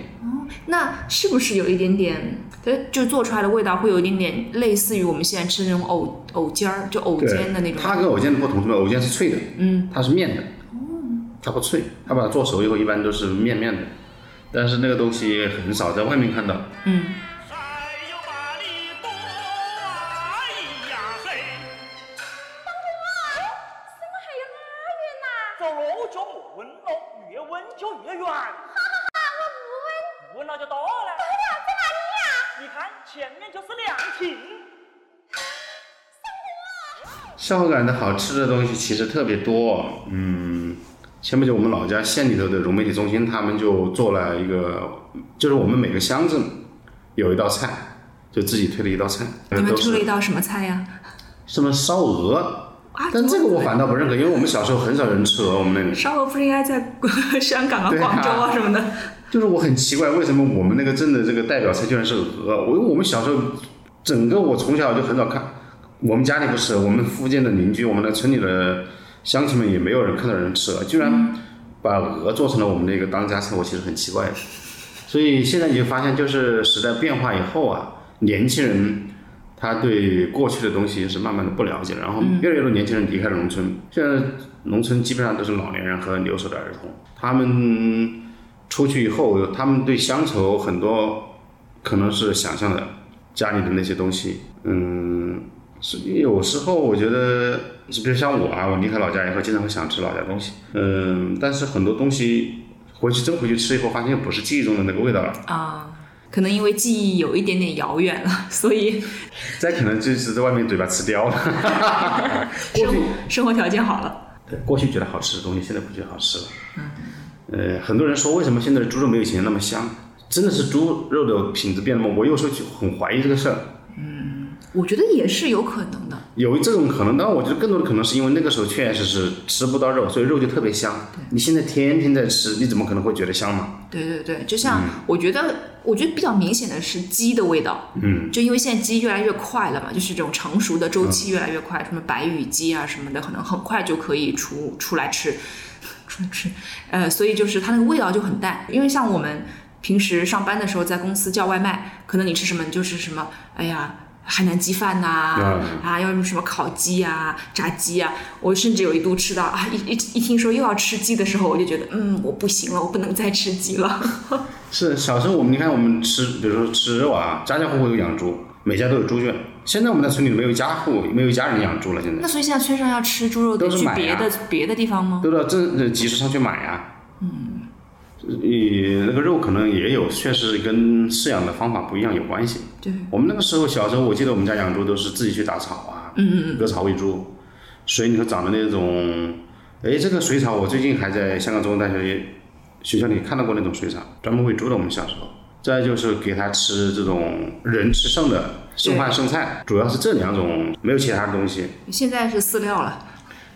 S1: 那是不是有一点点，呃，就做出来的味道会有一点点类似于我们现在吃的那种藕藕尖儿，就藕
S2: 对，
S1: 尖的那种？啊
S2: 它跟藕尖的不同，什么藕尖是脆的，嗯，它是面的，它不脆，它把它做熟以后一般都是面面的，但是那个东西很少在外面看到。
S7: 山又把哎里多哎呀嘿，
S3: 哎怎么还有那人呐？
S7: 走路就莫问路，哦越问就越远。不问那就多了。多了在哪里呀？你看前面就是凉亭。
S2: 孝感的好吃的东西其实特别多，嗯，前不久我们老家县里头的融媒体中心，他们就做了一个，就是我们每个乡镇有一道菜，就自己推了一道菜，
S1: 你们
S2: 都
S1: 出了一
S2: 是
S1: 道什么菜呀？
S2: 什么烧鹅，
S1: 啊，
S2: 但这个我
S1: 怎么
S2: 反倒不认可，因为我们小时候很少有人吃鹅，我们那里。
S1: 烧鹅不是应该在 [LAUGHS] 香港啊、
S2: 对啊
S1: 广州啊什么的？
S2: 就是我很奇怪，为什么我们那个镇的这个代表菜居然是鹅？我我们小时候，整个我从小就很少看，我们家里不吃，我们附近的邻居，我们的村里的乡亲们也没有人看到人吃，居然把鹅做成了我们的一个当家菜，我其实很奇怪的。所以现在你就发现，就是时代变化以后啊，年轻人他对过去的东西是慢慢的不了解，然后越来越多年轻人离开了农村，现在农村基本上都是老年人和留守的儿童，他们出去以后，他们对乡愁很多可能是想象的，家里的那些东西，嗯，是有时候我觉得，比如像我啊，我离开老家以后，经常会想吃老家东西，嗯，但是很多东西回去真回去吃以后，发现又不是记忆中的那个味道了，
S1: 啊，可能因为记忆有一点点遥远了，所以
S2: 再可能就是在外面嘴巴吃刁了。
S1: 生活生活条件好了，
S2: 对，过去觉得好吃的东西，现在不觉得好吃了。嗯。呃，很多人说为什么现在的猪肉没有以前那么香？真的是猪肉的品质变了吗？我有时候就很怀疑这个事儿。
S1: 我觉得也是有可能的。
S2: 有这种可能，但我觉得更多的可能是因为那个时候确实是吃不到肉，所以肉就特别香。你现在天天在吃，你怎么可能会觉得香嘛？
S1: 对对对，就像我觉得，我觉得比较明显的是鸡的味道，嗯，就因为现在鸡越来越快了嘛，就是这种成熟的周期
S2: 嗯
S1: 越来越快，什么白羽鸡啊什么的，可能很快就可以出出来吃， [LAUGHS] 出来吃，呃，所以就是它那个味道就很淡，因为像我们平时上班的时候在公司叫外卖，可能你吃什么你就是什么，哎呀。海南鸡饭呐、
S2: 嗯
S1: 啊，要什么什么烤鸡啊、炸鸡啊，我甚至有一度吃到啊，一一一听说又要吃鸡的时候，我就觉得，嗯，我不行了，我不能再吃鸡了。
S2: [LAUGHS] 是小时候我们你看我们吃，比如说吃肉啊，家家户户有养猪，每家都有猪圈。现在我们在村里没有家户，没有一家人养猪了，现在
S1: 那所以现在村上要吃猪肉，得
S2: 都是
S1: 去
S2: 买
S1: 别
S2: 呀
S1: 的别的地方吗？
S2: 都到镇呃集市上去买啊。嗯。呃，那个肉可能也有，确实跟饲养的方法不一样有关系。
S1: 对，
S2: 我们那个时候小时候，我记得我们家养猪都是自己去打草啊，嗯嗯，割草喂猪，水里头长的那种，哎，这个水草我最近还在香港中文大学学校里看到过那种水草，专门喂猪的。我们小时候，再就是给它吃这种人吃剩的剩饭剩菜，主要是这两种，没有其他的东西。
S1: 现在是饲料了。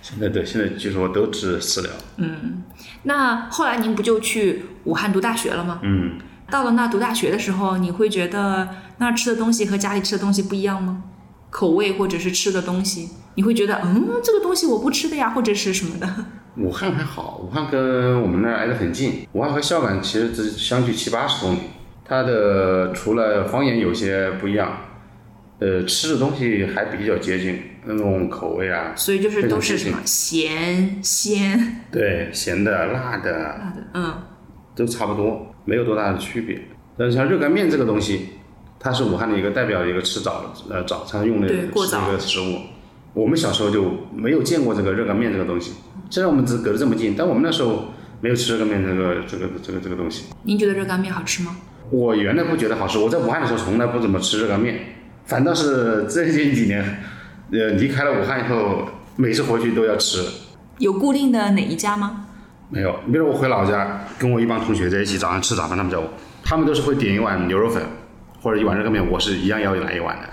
S2: 现在对，现在据说都吃饲料。
S1: 那后来您不就去武汉读大学了吗？
S2: 嗯，
S1: 到了那读大学的时候，你会觉得那儿吃的东西和家里吃的东西不一样吗？口味或者是吃的东西，你会觉得嗯，这个东西我不吃的呀，或者是什么的？ [LAUGHS]
S2: 武汉还好，武汉跟我们那儿挨得很近，武汉和孝感其实只相距七八十公里。它的除了方言有些不一样，呃，吃的东西还比较接近，那种口味啊，
S1: 所以就是都是什
S2: 非常接近
S1: 么咸鲜，
S2: 对，咸的、辣的
S1: 嗯，
S2: 都差不多，没有多大的区别。但是像热干面这个东西，它是武汉的一个代表的一个吃早呃早餐用的
S1: 对
S2: 吃
S1: 过早
S2: 的一个食物。我们小时候就没有见过这个热干面这个东西，虽然我们只隔得这么近，但我们那时候没有吃热干面这个这个这个这个东西。
S1: 您觉得热干面好吃吗？
S2: 我原来不觉得好吃，我在武汉的时候从来不怎么吃热干面，反倒是最近几年，呃，离开了武汉以后，每次回去都要吃。
S1: 有固定的哪一家吗？ [LAUGHS]
S2: 没有，比如我回老家，跟我一帮同学在一起，早上吃早饭，他们叫我，他们都是会点一碗牛肉粉或者一碗热干面，我是一样要来一碗的。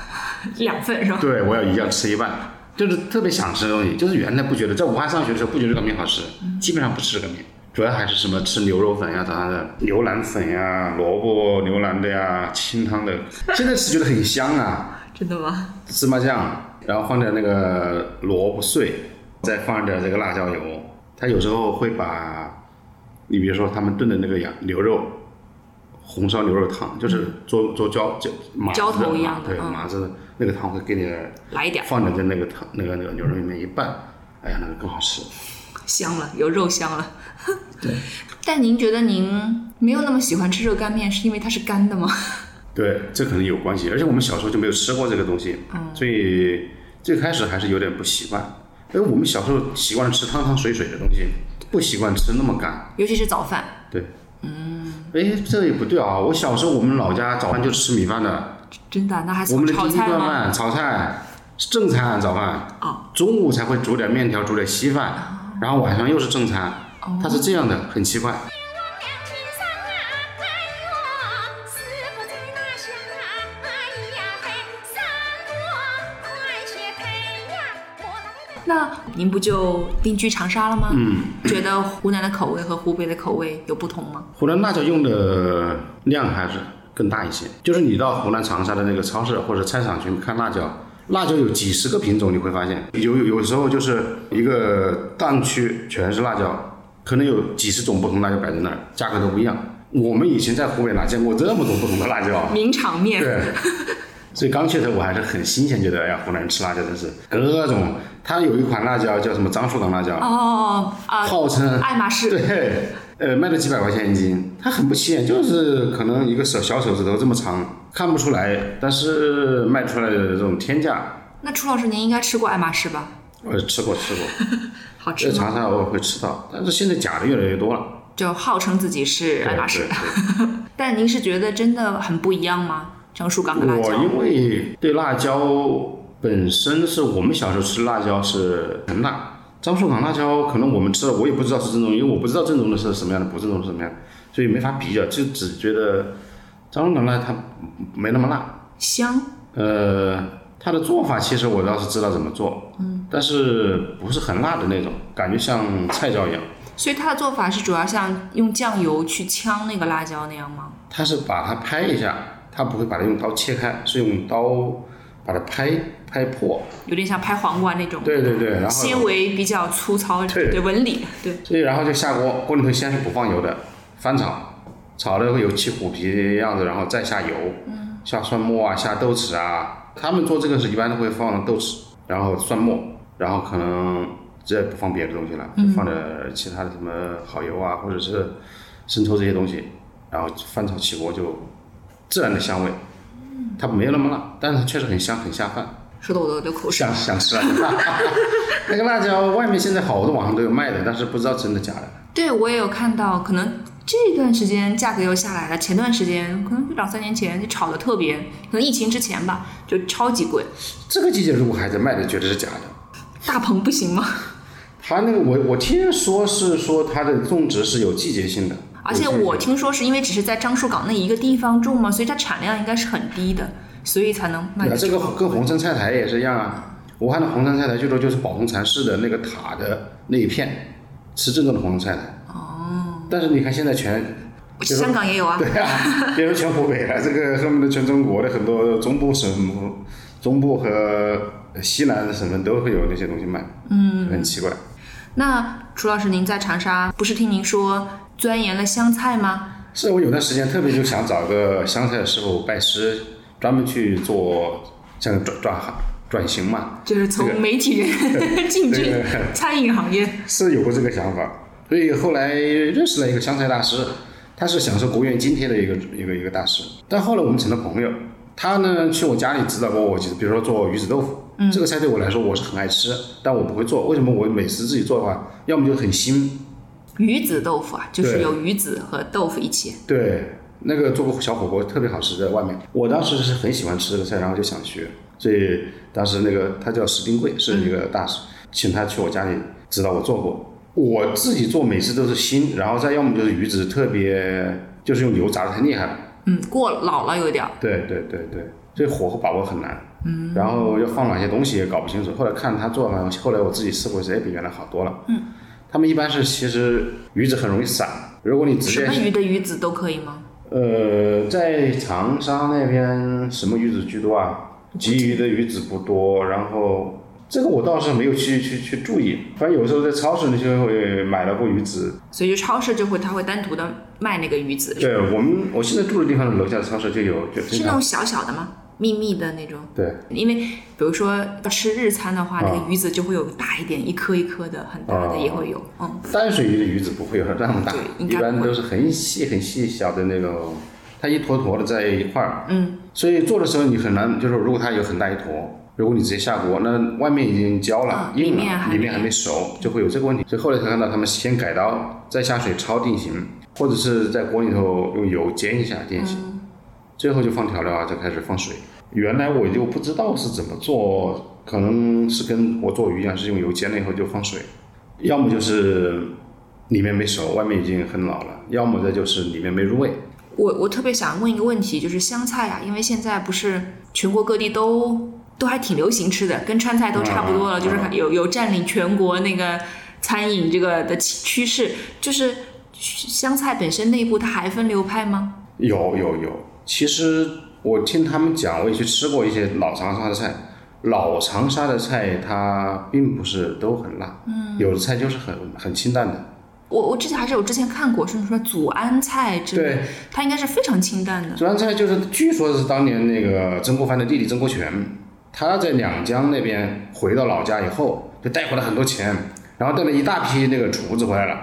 S1: 两份是吧？
S2: 对，我要一样吃一半，就是特别想吃的东西，就是原来不觉得，在武汉上学的时候不觉得热干面好吃，基本上不吃热干面，主要还是什么吃牛肉粉呀、啥的牛腩粉呀、萝卜牛腩的呀、清汤的，现在吃觉得很香啊，
S1: 真的吗？
S2: 芝麻酱，然后放点那个萝卜碎，再放点这个辣椒油，他有时候会把，你比如说他们炖的那个羊牛肉。红烧牛肉汤就是做做浇浇麻
S1: 浇
S2: 子的
S1: 嗯头一样
S2: 麻
S1: 的
S2: 对
S1: 嗯
S2: 麻子的那个汤会给你
S1: 来一点儿，
S2: 放点在那个汤那个那个牛肉里面一拌，哎呀，那个更好吃。
S1: 香了，有肉香了。对。 [LAUGHS] 但您觉得您没有那么喜欢吃热干面，是因为它是干的吗？
S2: 对，这可能有关系，而且我们小时候就没有吃过这个东西，
S1: 嗯
S2: 所以最开始还是有点不习惯。因为我们小时候习惯吃汤汤水水的东西，不习惯吃那么干。
S1: 尤其是早饭，
S2: 对，嗯，哎，这也不对啊！我小时候我们老家早饭就吃米饭的，
S1: 真的啊，那还
S2: 我
S1: 炒
S2: 们的
S1: 炒
S2: 第一
S1: 菜
S2: 顿
S1: 吗？
S2: 饭炒菜是正餐啊早饭，
S1: 哦
S2: 中午才会煮点面条，煮点稀饭，然后晚上又是正餐，
S1: 哦
S2: 它是这样的，很奇怪。
S3: 两情上啊，哎哟，师傅在那想啊，哎呀嘿，上我快些陪呀，我来了。
S1: 那您不就定居长沙了吗？
S2: 嗯，
S1: 觉得湖南的口味和湖北的口味有不同 [LAUGHS] 吗？
S2: 湖南辣椒用的量还是更大一些。就是你到湖南长沙的那个超市或者菜场去看辣椒，辣椒有几十个品种，你会发现有有有时候就是一个档区全是辣椒，可能有几十种不同辣椒摆在那儿，价格都不一样。我们以前在湖北哪见过这么多不同的辣椒？
S1: [LAUGHS]
S2: 啊
S1: 名场面，
S2: 对，所以刚去的时候我还是很新鲜，觉得哎呀，湖南人吃辣椒真是各种。它有一款辣椒叫什么樟树港辣椒，
S1: 哦啊，
S2: 号称
S1: 爱马仕
S2: [LAUGHS] 对，呃，卖了几百块钱一斤，它很不起眼，就是可能一个手小手指头这么长，看不出来，但是卖出来的这种天价，
S1: 那楚老师您应该吃过爱马仕吧？
S2: 我吃过吃过，
S1: 好
S2: 在
S1: 吃吗？
S2: 长沙偶尔会吃到，但是现在假的越来越多了。
S1: 就号称自己是
S2: 对
S1: 爱马
S2: 对
S1: 仕，
S2: 对。
S1: 但您是觉得真的很不一样吗？樟树港的 [LAUGHS] 辣
S2: 我
S1: 椒，
S2: 因为对辣椒本身是我们小时候吃辣椒是很辣，樟树港辣椒可能我们吃了我也不知道是正宗，因为我不知道正宗的是什么样的，不正宗是什么样的，所以没法比较，就只觉得樟树港辣它没那么辣。
S1: 香，
S2: 呃，它的做法其实我倒是知道怎么做，嗯，但是不是很辣的那种，感觉像菜椒一样。
S1: 所以它的做法是主要像用酱油去呛那个辣椒那样吗？
S2: 它是把它拍一下，它不会把它用刀切开，是用刀把它拍拍破。
S1: 有点像拍黄瓜那种，
S2: 对对对，然后
S1: 纤维比较粗糙，
S2: 对
S1: 对，纹理，对，
S2: 所以然后就下锅，锅里头先是不放油的，翻炒，炒的会有起虎皮的样子，然后再下油，下蒜末啊，下豆豉啊。他们做这个是一般都会放豆豉，然后蒜末，然后可能这不放别的东西了，就放点其他的什么蚝油啊，或者是生抽这些东西，然后翻炒起锅就自然的香味，它没有那么辣，但是它确实很香， [LAUGHS] 很下饭。
S1: 说的我都流口水
S2: 想。想吃辣椒，那个辣椒外面现在好多网上都有卖的，但是不知道真的假的。
S1: 对，我也有看到，可能这段时间价格又下来了，前段时间可能就两三年前就炒的特别，可能疫情之前吧，就超级贵。
S2: 这个季节如果还在卖的，绝对是假的。
S1: 大棚不行吗？
S2: 它那个我我听说是说它的种植是有季节性的，
S1: 而且我听说是因为只是在樟树港那一个地方种嘛，所以它产量应该是很低的，所以才能卖
S2: 对啊
S1: 得
S2: 这个
S1: 么
S2: 跟
S1: 贵
S2: 红参菜苔也是一样啊。武汉的红参菜苔最多就是宝红禅寺的那个塔的那一片，吃正宗的红参菜苔。哦。但是你看现在全
S1: [LAUGHS]
S2: 就是
S1: 香港也有啊，
S2: 对啊，别说全湖北了，这个恨不得全中国的很多中部省、中部和西南的省份都会有那些东西卖，嗯，很奇怪。
S1: 那楚老师，您在长沙不是听您说钻研了湘菜吗？
S2: 是我有段时间特别就想找个湘菜的师傅拜师，专门去做像转转行转型嘛，
S1: 就是
S2: 这
S1: 从
S2: 个
S1: 媒体
S2: [LAUGHS]
S1: 人进
S2: 这
S1: 军
S2: 个
S1: 餐饮行业，
S2: 是有过这个想法，所以后来认识了一个湘菜大师，他是享受国务院津贴的一个一个一个大师，但后来我们成了朋友。他呢去我家里指导过我几次，比如说做鱼子豆腐，这个菜对我来说我是很爱吃，但我不会做。为什么我每次自己做的话，要么就很腥，
S1: 鱼子豆腐啊，就是
S2: 对
S1: 有鱼子和豆腐一起。
S2: 对，那个做过小火锅特别好吃，在外面。我当时是很喜欢吃这个菜，然后就想学，所以当时那个他叫石丁贵，是一个大师，请他去我家里指导我做过。我自己做每次都是腥，然后再要么就是鱼子特别，就是用油炸的太厉害了。
S1: 嗯，过老了有点儿。
S2: 对对对对，所以火候把握很难。嗯，然后要放哪些东西也搞不清楚。后来看他做完，后来我自己试过一次，哎，比原来好多了。嗯，他们一般是其实鱼子很容易散，如果你直
S1: 什
S2: 接
S1: 么鱼的鱼子都可以吗？
S2: 呃，在长沙那边什么鱼子居多啊？
S1: 嗯
S2: 鲫鱼的鱼子不多，然后这个我倒是没有去去去注意，反正有时候在超市你就会买到过鱼子。
S1: 所以就超市就会，它会单独的卖那个鱼子，
S2: 对我们我现在住的地方的楼下的超市就有，就
S1: 是
S2: 经
S1: 那
S2: 常
S1: 种小小的吗？密密的那种。
S2: 对
S1: 因为比如说要吃日餐的话，那
S2: 啊
S1: 个鱼子就会有大一点，一颗一颗的，很大的
S2: 哦
S1: 也会有。嗯，
S2: 淡水鱼的鱼子不会有那么大
S1: 对，应
S2: 一
S1: 该不会
S2: 般都是很细很细小的那种，它一坨坨的在一块儿。嗯，所以做的时候你很难，就是如果它有很大一坨。如果你直接下锅，那外面已经焦了，
S1: 嗯
S2: 硬
S1: 里面
S2: 了，
S1: 还
S2: 里
S1: 没嗯
S2: 面还没熟，就会有这个问题。所以后来才看到他们先改刀，再下水焯定型，或者是在锅里头用油煎一下定型，
S1: 嗯
S2: 最后就放调料啊，就开始放水。原来我就不知道是怎么做，可能是跟我做鱼一样，是用油煎了以后就放水，要么就是里面没熟，外面已经很老了；要么再就是里面没入味。
S1: 我我特别想问一个问题，就是湘菜啊，因为现在不是全国各地都都还挺流行吃的，跟川菜都差不多了，
S2: 嗯
S1: 就是有有占领全国那个餐饮这个的趋趋势，就是湘菜本身内部它还分流派吗？
S2: 有有有，其实我听他们讲，我也去吃过一些老长沙的菜。老长沙的菜它并不是都很辣，嗯，有的菜就是很很清淡的。
S1: 我我之前还是有之前看过，说什么祖安菜之类的
S2: 对，
S1: 它应该是非常清淡的。
S2: 祖安菜就是据说是当年那个曾国藩的弟弟曾国荃，他在两江那边回到老家以后，就带回来很多钱，然后带了一大批那个厨子回来了。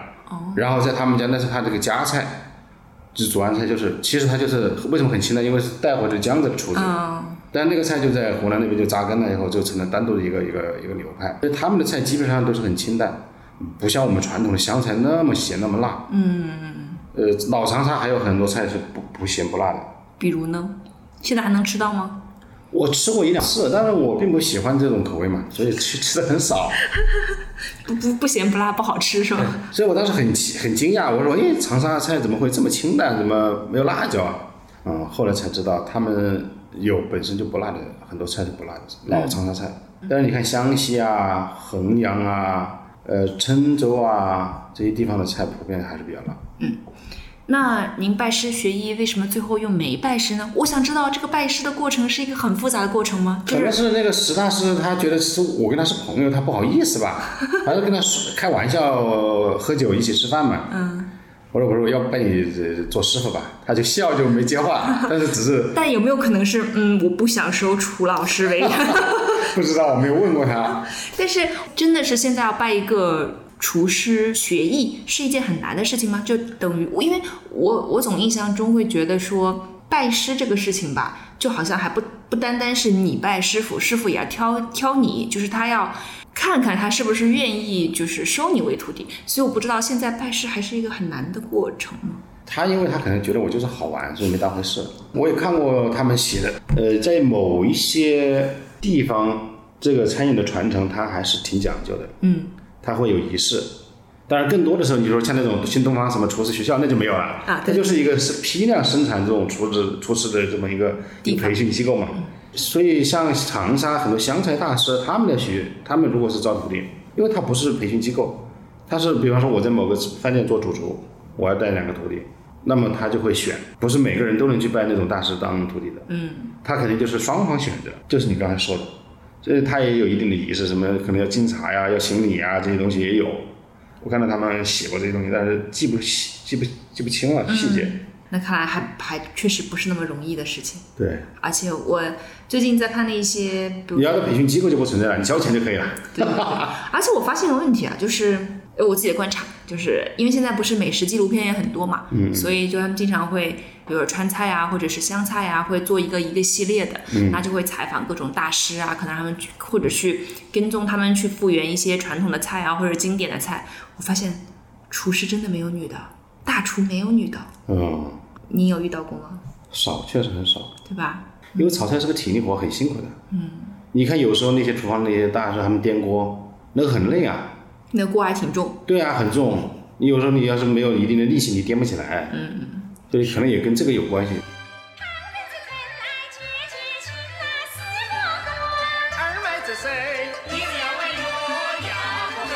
S2: 然后在他们家那是他这个家菜，就是祖安菜，就是其实他就是为什么很清淡，因为是带回来江浙的厨子。
S1: 嗯，
S2: 但那个菜就在湖南那边就扎根了以后，就成了单独的一个一个一个流派。所以他们的菜基本上都是很清淡，不像我们传统的湘菜那么咸那么辣。嗯。呃，老长沙还有很多菜是不不咸不辣的。
S1: 比如呢，现在还能吃到吗？
S2: 我吃过一两次，但是我并不喜欢这种口味嘛，所以吃吃的很少。
S1: 不不不咸不辣不好吃是吧？
S2: 所以我当时很奇很惊讶，我说：“哎，长沙的菜怎么会这么清淡？怎么没有辣椒啊？”嗯，后来才知道他们有本身就不辣的，很多菜是不辣的，
S1: 嗯
S2: 老长沙菜。但是你看湘西啊、衡阳啊、呃郴州啊这些地方的菜，普遍还是比较辣。
S1: 那您拜师学医，为什么最后又没拜师呢？我想知道这个拜师的过程是一个很复杂的过程吗？就
S2: 可能
S1: 是
S2: 是那个石大师他觉得是我跟他是朋友，他不好意思吧，
S1: [LAUGHS]
S2: 还是跟他说开玩笑喝酒一起吃饭嘛。嗯。我说我说我要拜你呃做师傅吧，他就笑就没接
S1: [LAUGHS]
S2: 话，但是只是
S1: 但有没有可能是，嗯，我不想收楚老师为人，
S2: 不知道，我没有问过他。
S1: 但是真的是现在要拜一个厨师学艺是一件很难的事情吗？就等于，因为我我总印象中会觉得说拜师这个事情吧，就好像还不不单单是你拜师傅，师傅也要挑挑你，就是他要看看他是不是愿意就是收你为徒弟。所以我不知道现在拜师还是一个很难的过程吗？
S2: 他因为他可能觉得我就是好玩， [LAUGHS] 所以没当回事。我也看过他们写的，呃，在某一些地方，这个餐饮的传承它还是挺讲究的。
S1: 嗯，
S2: 它会有仪式。当然，更多的时候，你说像那种新东方什么厨师学校，那就没有了。
S1: 啊
S2: 它
S1: 对
S2: 就是一个是批量生产这种厨师厨师的这么一个
S1: 地
S2: 一个
S1: 方嗯
S2: 培训机构嘛。所以，像长沙很多湘菜大师，他们的学，他们如果是招徒弟，因为他不是培训机构，他是比方说我在某个饭店做主厨，我要带两个徒弟，那么他就会选，不是每个人都能去拜那种大师当徒弟的。嗯，他肯定就是双方选择，就是你刚才说的，就是他也有一定的仪式，什么可能要敬茶呀、要行礼呀这些东西也有。我看到他们写过这些东西，但是记不细记不记不清了细节。
S1: 那看来还还确实不是那么容易的事情。
S2: 对，
S1: 而且我最近在看的一些，比如
S2: 你要的培训机构就不存在了，你交钱就可以了。
S1: 对，对对而且我发现个问题啊，就是呃我自己的观察，就是因为现在不是美食纪录片也很多嘛，嗯，所以就他们经常会，比如说川菜啊，或者是湘菜啊，会做一个一个系列的，嗯，那就会采访各种大师啊，可能他们去或者去跟踪他们去复原一些传统的菜啊，或者经典的菜。我发现厨师真的没有女的，大厨没有女的，
S2: 嗯，
S1: 你有遇到过吗？
S2: 少确实很少，嗯
S1: 对吧？
S2: 因为炒菜是个体力活，很辛苦的。嗯，你看有时候那些厨房那些大师他们颠锅，那个很累啊。
S1: 那锅还挺重，
S2: 对啊，很重。你有时候你要是没有一定的力气，你颠不起来。嗯所以可能也跟这个有关系。
S8: 儿外之身，一年为我养不回。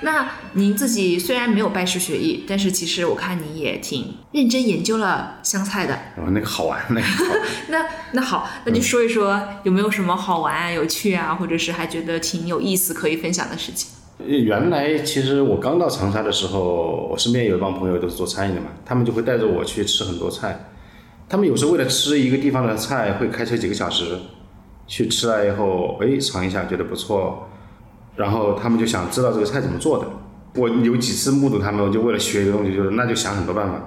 S1: 那您自己虽然没有拜师学艺，但是其实我看你也挺认真研究了湘菜的。
S2: 然后哦那个好玩，那个好玩
S1: 那那好，那就说一说有没有什么好玩啊、有趣啊，或者是还觉得挺有意思可以分享的事情？
S2: 呃原来其实我刚到长沙的时候，我身边有一帮朋友都是做餐饮的嘛，他们就会带着我去吃很多菜。他们有时候为了吃一个地方的菜，会开车几个小时去吃了以后，哎，尝一下觉得不错，然后他们就想知道这个菜怎么做的。我有几次目睹他们，我就为了学一个东西，就是那就想很多办法。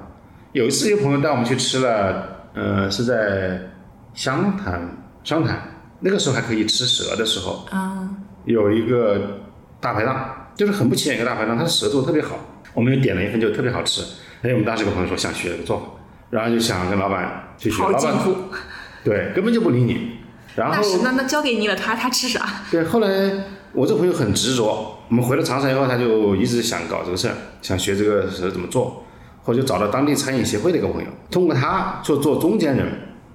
S2: 有一次，一个朋友带我们去吃了，呃，是在湘潭，湘潭那个时候还可以吃蛇的时候，
S1: 啊、
S2: 有一个大排档，就是很不起眼一个大排档，它的蛇做的特别好，我们就点了一份就特别好吃。哎，我们当时有个朋友说想学这个做法，然后就想跟老板去学，
S1: 好
S2: 老
S1: 近
S2: 板
S1: 乎。
S2: 对根本就不理你。然
S1: 那是
S2: 后
S1: 那那交给你了，他他吃啥？
S2: 对，后来我这朋友很执着，我们回了长沙以后，他就一直想搞这个事儿，想学这个蛇怎么做，后来就找到当地餐饮协会的一个朋友，通过他做做中间人，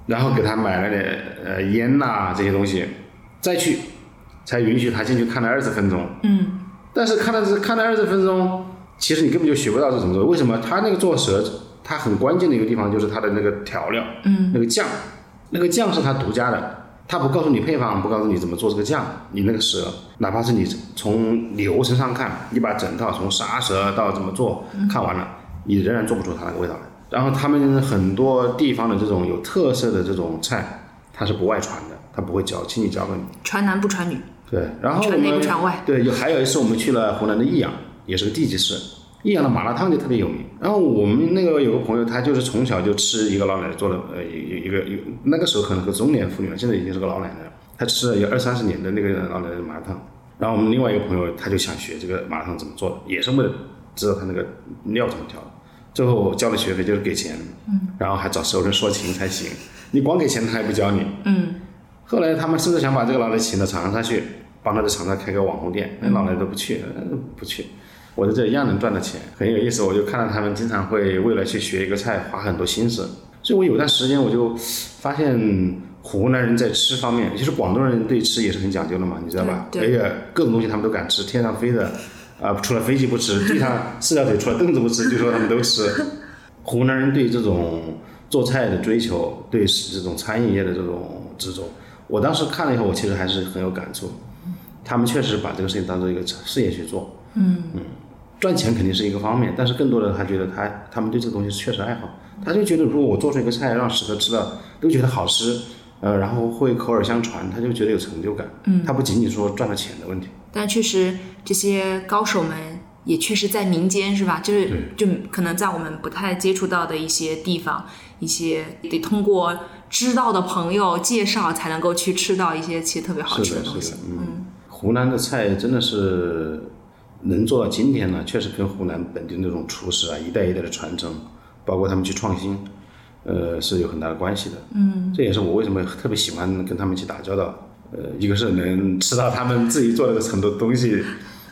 S2: 然后给他买了点呃烟呐、这些东西，再去才允许他进去看了二十分钟。
S1: 嗯，
S2: 但是看了这看了二十分钟，其实你根本就学不到这怎么做。为什么？他那个做蛇，它很关键的一个地方就是它的那个调料，嗯，那个酱，那个酱是它独家的，它不告诉你配方，不告诉你怎么做这个酱。你那个蛇，哪怕是你从流程上看，你把整套从杀蛇到怎么做看完了，你仍然做不出它那个味道来。然后他们很多地方的这种有特色的这种菜，它是不外传的，它不会教，亲戚教给你。
S1: 传男不传女，
S2: 对，然后我
S1: 传内
S2: 们
S1: 不传外
S2: 对，有还有一次我们去了湖南的益阳，也是个地级市，益阳的麻辣烫就特别有名。然后我们那个有个朋友，他就是从小就吃一个老奶奶做的，呃，一一个一个那个时候可能是个中年妇女了，啊现在已经是个老奶奶了，她吃了有二三十年的那个老奶奶的麻辣烫。然后我们另外一个朋友，他就想学这个麻辣烫怎么做的，也是为了知道他那个料怎么调的。最后我交了学费，就是给钱，嗯，然后还找熟人说情才行。你光给钱，他还不教你，后来他们甚至想把这个老奶请到长沙去，帮他在长沙开个网红店，那老奶都不去，呃不去。我在这一样能赚到钱，很有意思。我就看到他们经常会为了去学一个菜花很多心思，所以我有段时间我就发现湖南人在吃方面，其实广东人对吃也是很讲究的嘛，你知道吧？
S1: 对对
S2: 哎呀，各种东西他们都敢吃，天上飞的，啊、除了飞机不吃，地上 [LAUGHS] 四条腿除了凳子不吃，据说他们都吃。湖南人对这种做菜的追求，对这种餐饮业的这种执着，我当时看了以后，我其实还是很有感触。他们确实把这个事情当做一个事业去做，嗯赚钱肯定是一个方面，但是更多的他觉得他他们对这个东西确实爱好，他就觉得如果我做出一个菜让食客吃了都觉得好吃，呃，然后会口耳相传，他就觉得有成就感。嗯，他不仅仅说赚了钱的问题，
S1: 但确实这些高手们也确实在民间是吧？就是就可能在我们不太接触到的一些地方，一些得通过知道的朋友介绍才能够去吃到一些其实特别好吃
S2: 是的，
S1: 东
S2: 是
S1: 西
S2: 的。，嗯，湖南的菜真的是能做到今天呢，确实跟湖南本地那种厨师啊，一代一代的传承，包括他们去创新，呃，是有很大的关系的。嗯，这也是我为什么特别喜欢跟他们一起打交道。呃，一个是能吃到他们自己做的很多东西，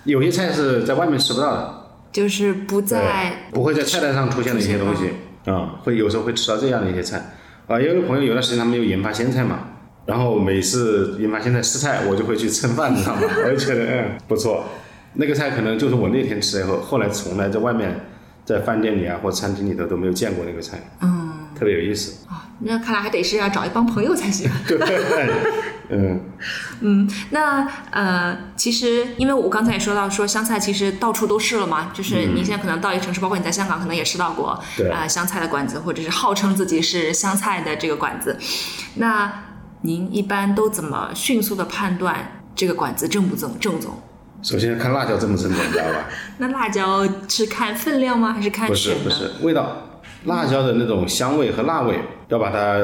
S2: 有些菜是在外面吃不到的，
S1: 就是不在
S2: 对，不会在菜单上出现的一些东西啊、会有时候会吃到这样的一些菜啊。也有个朋友有段时间他们就研发鲜菜嘛，然后每次研发鲜菜试菜，我就会去蹭饭，你知道吗？ [LAUGHS] 我就觉得嗯不错，那个菜可能就是我那天吃了以后，后来从来在外面在饭店里啊或餐厅里头都没有见过那个菜，嗯，特别有意思。
S1: 那看来还得是要找一帮朋友才行。
S2: [LAUGHS] 对，
S1: [LAUGHS]
S2: 嗯，
S1: 那呃，其实因为我刚才也说到说湘菜其实到处都是了嘛，就是你现在可能到一个城市，包括你在香港可能也吃到过
S2: 嗯对
S1: 呃湘菜的馆子，或者是号称自己是湘菜的这个馆子。那您一般都怎么迅速的判断这个馆子正不正正宗？
S2: 首先看辣椒正不正宗，你知道吧？
S1: 那辣椒是看分量吗？还是看
S2: 不是
S1: 选
S2: 不
S1: 的？
S2: 是，味道，辣椒的那种香味和辣味要把它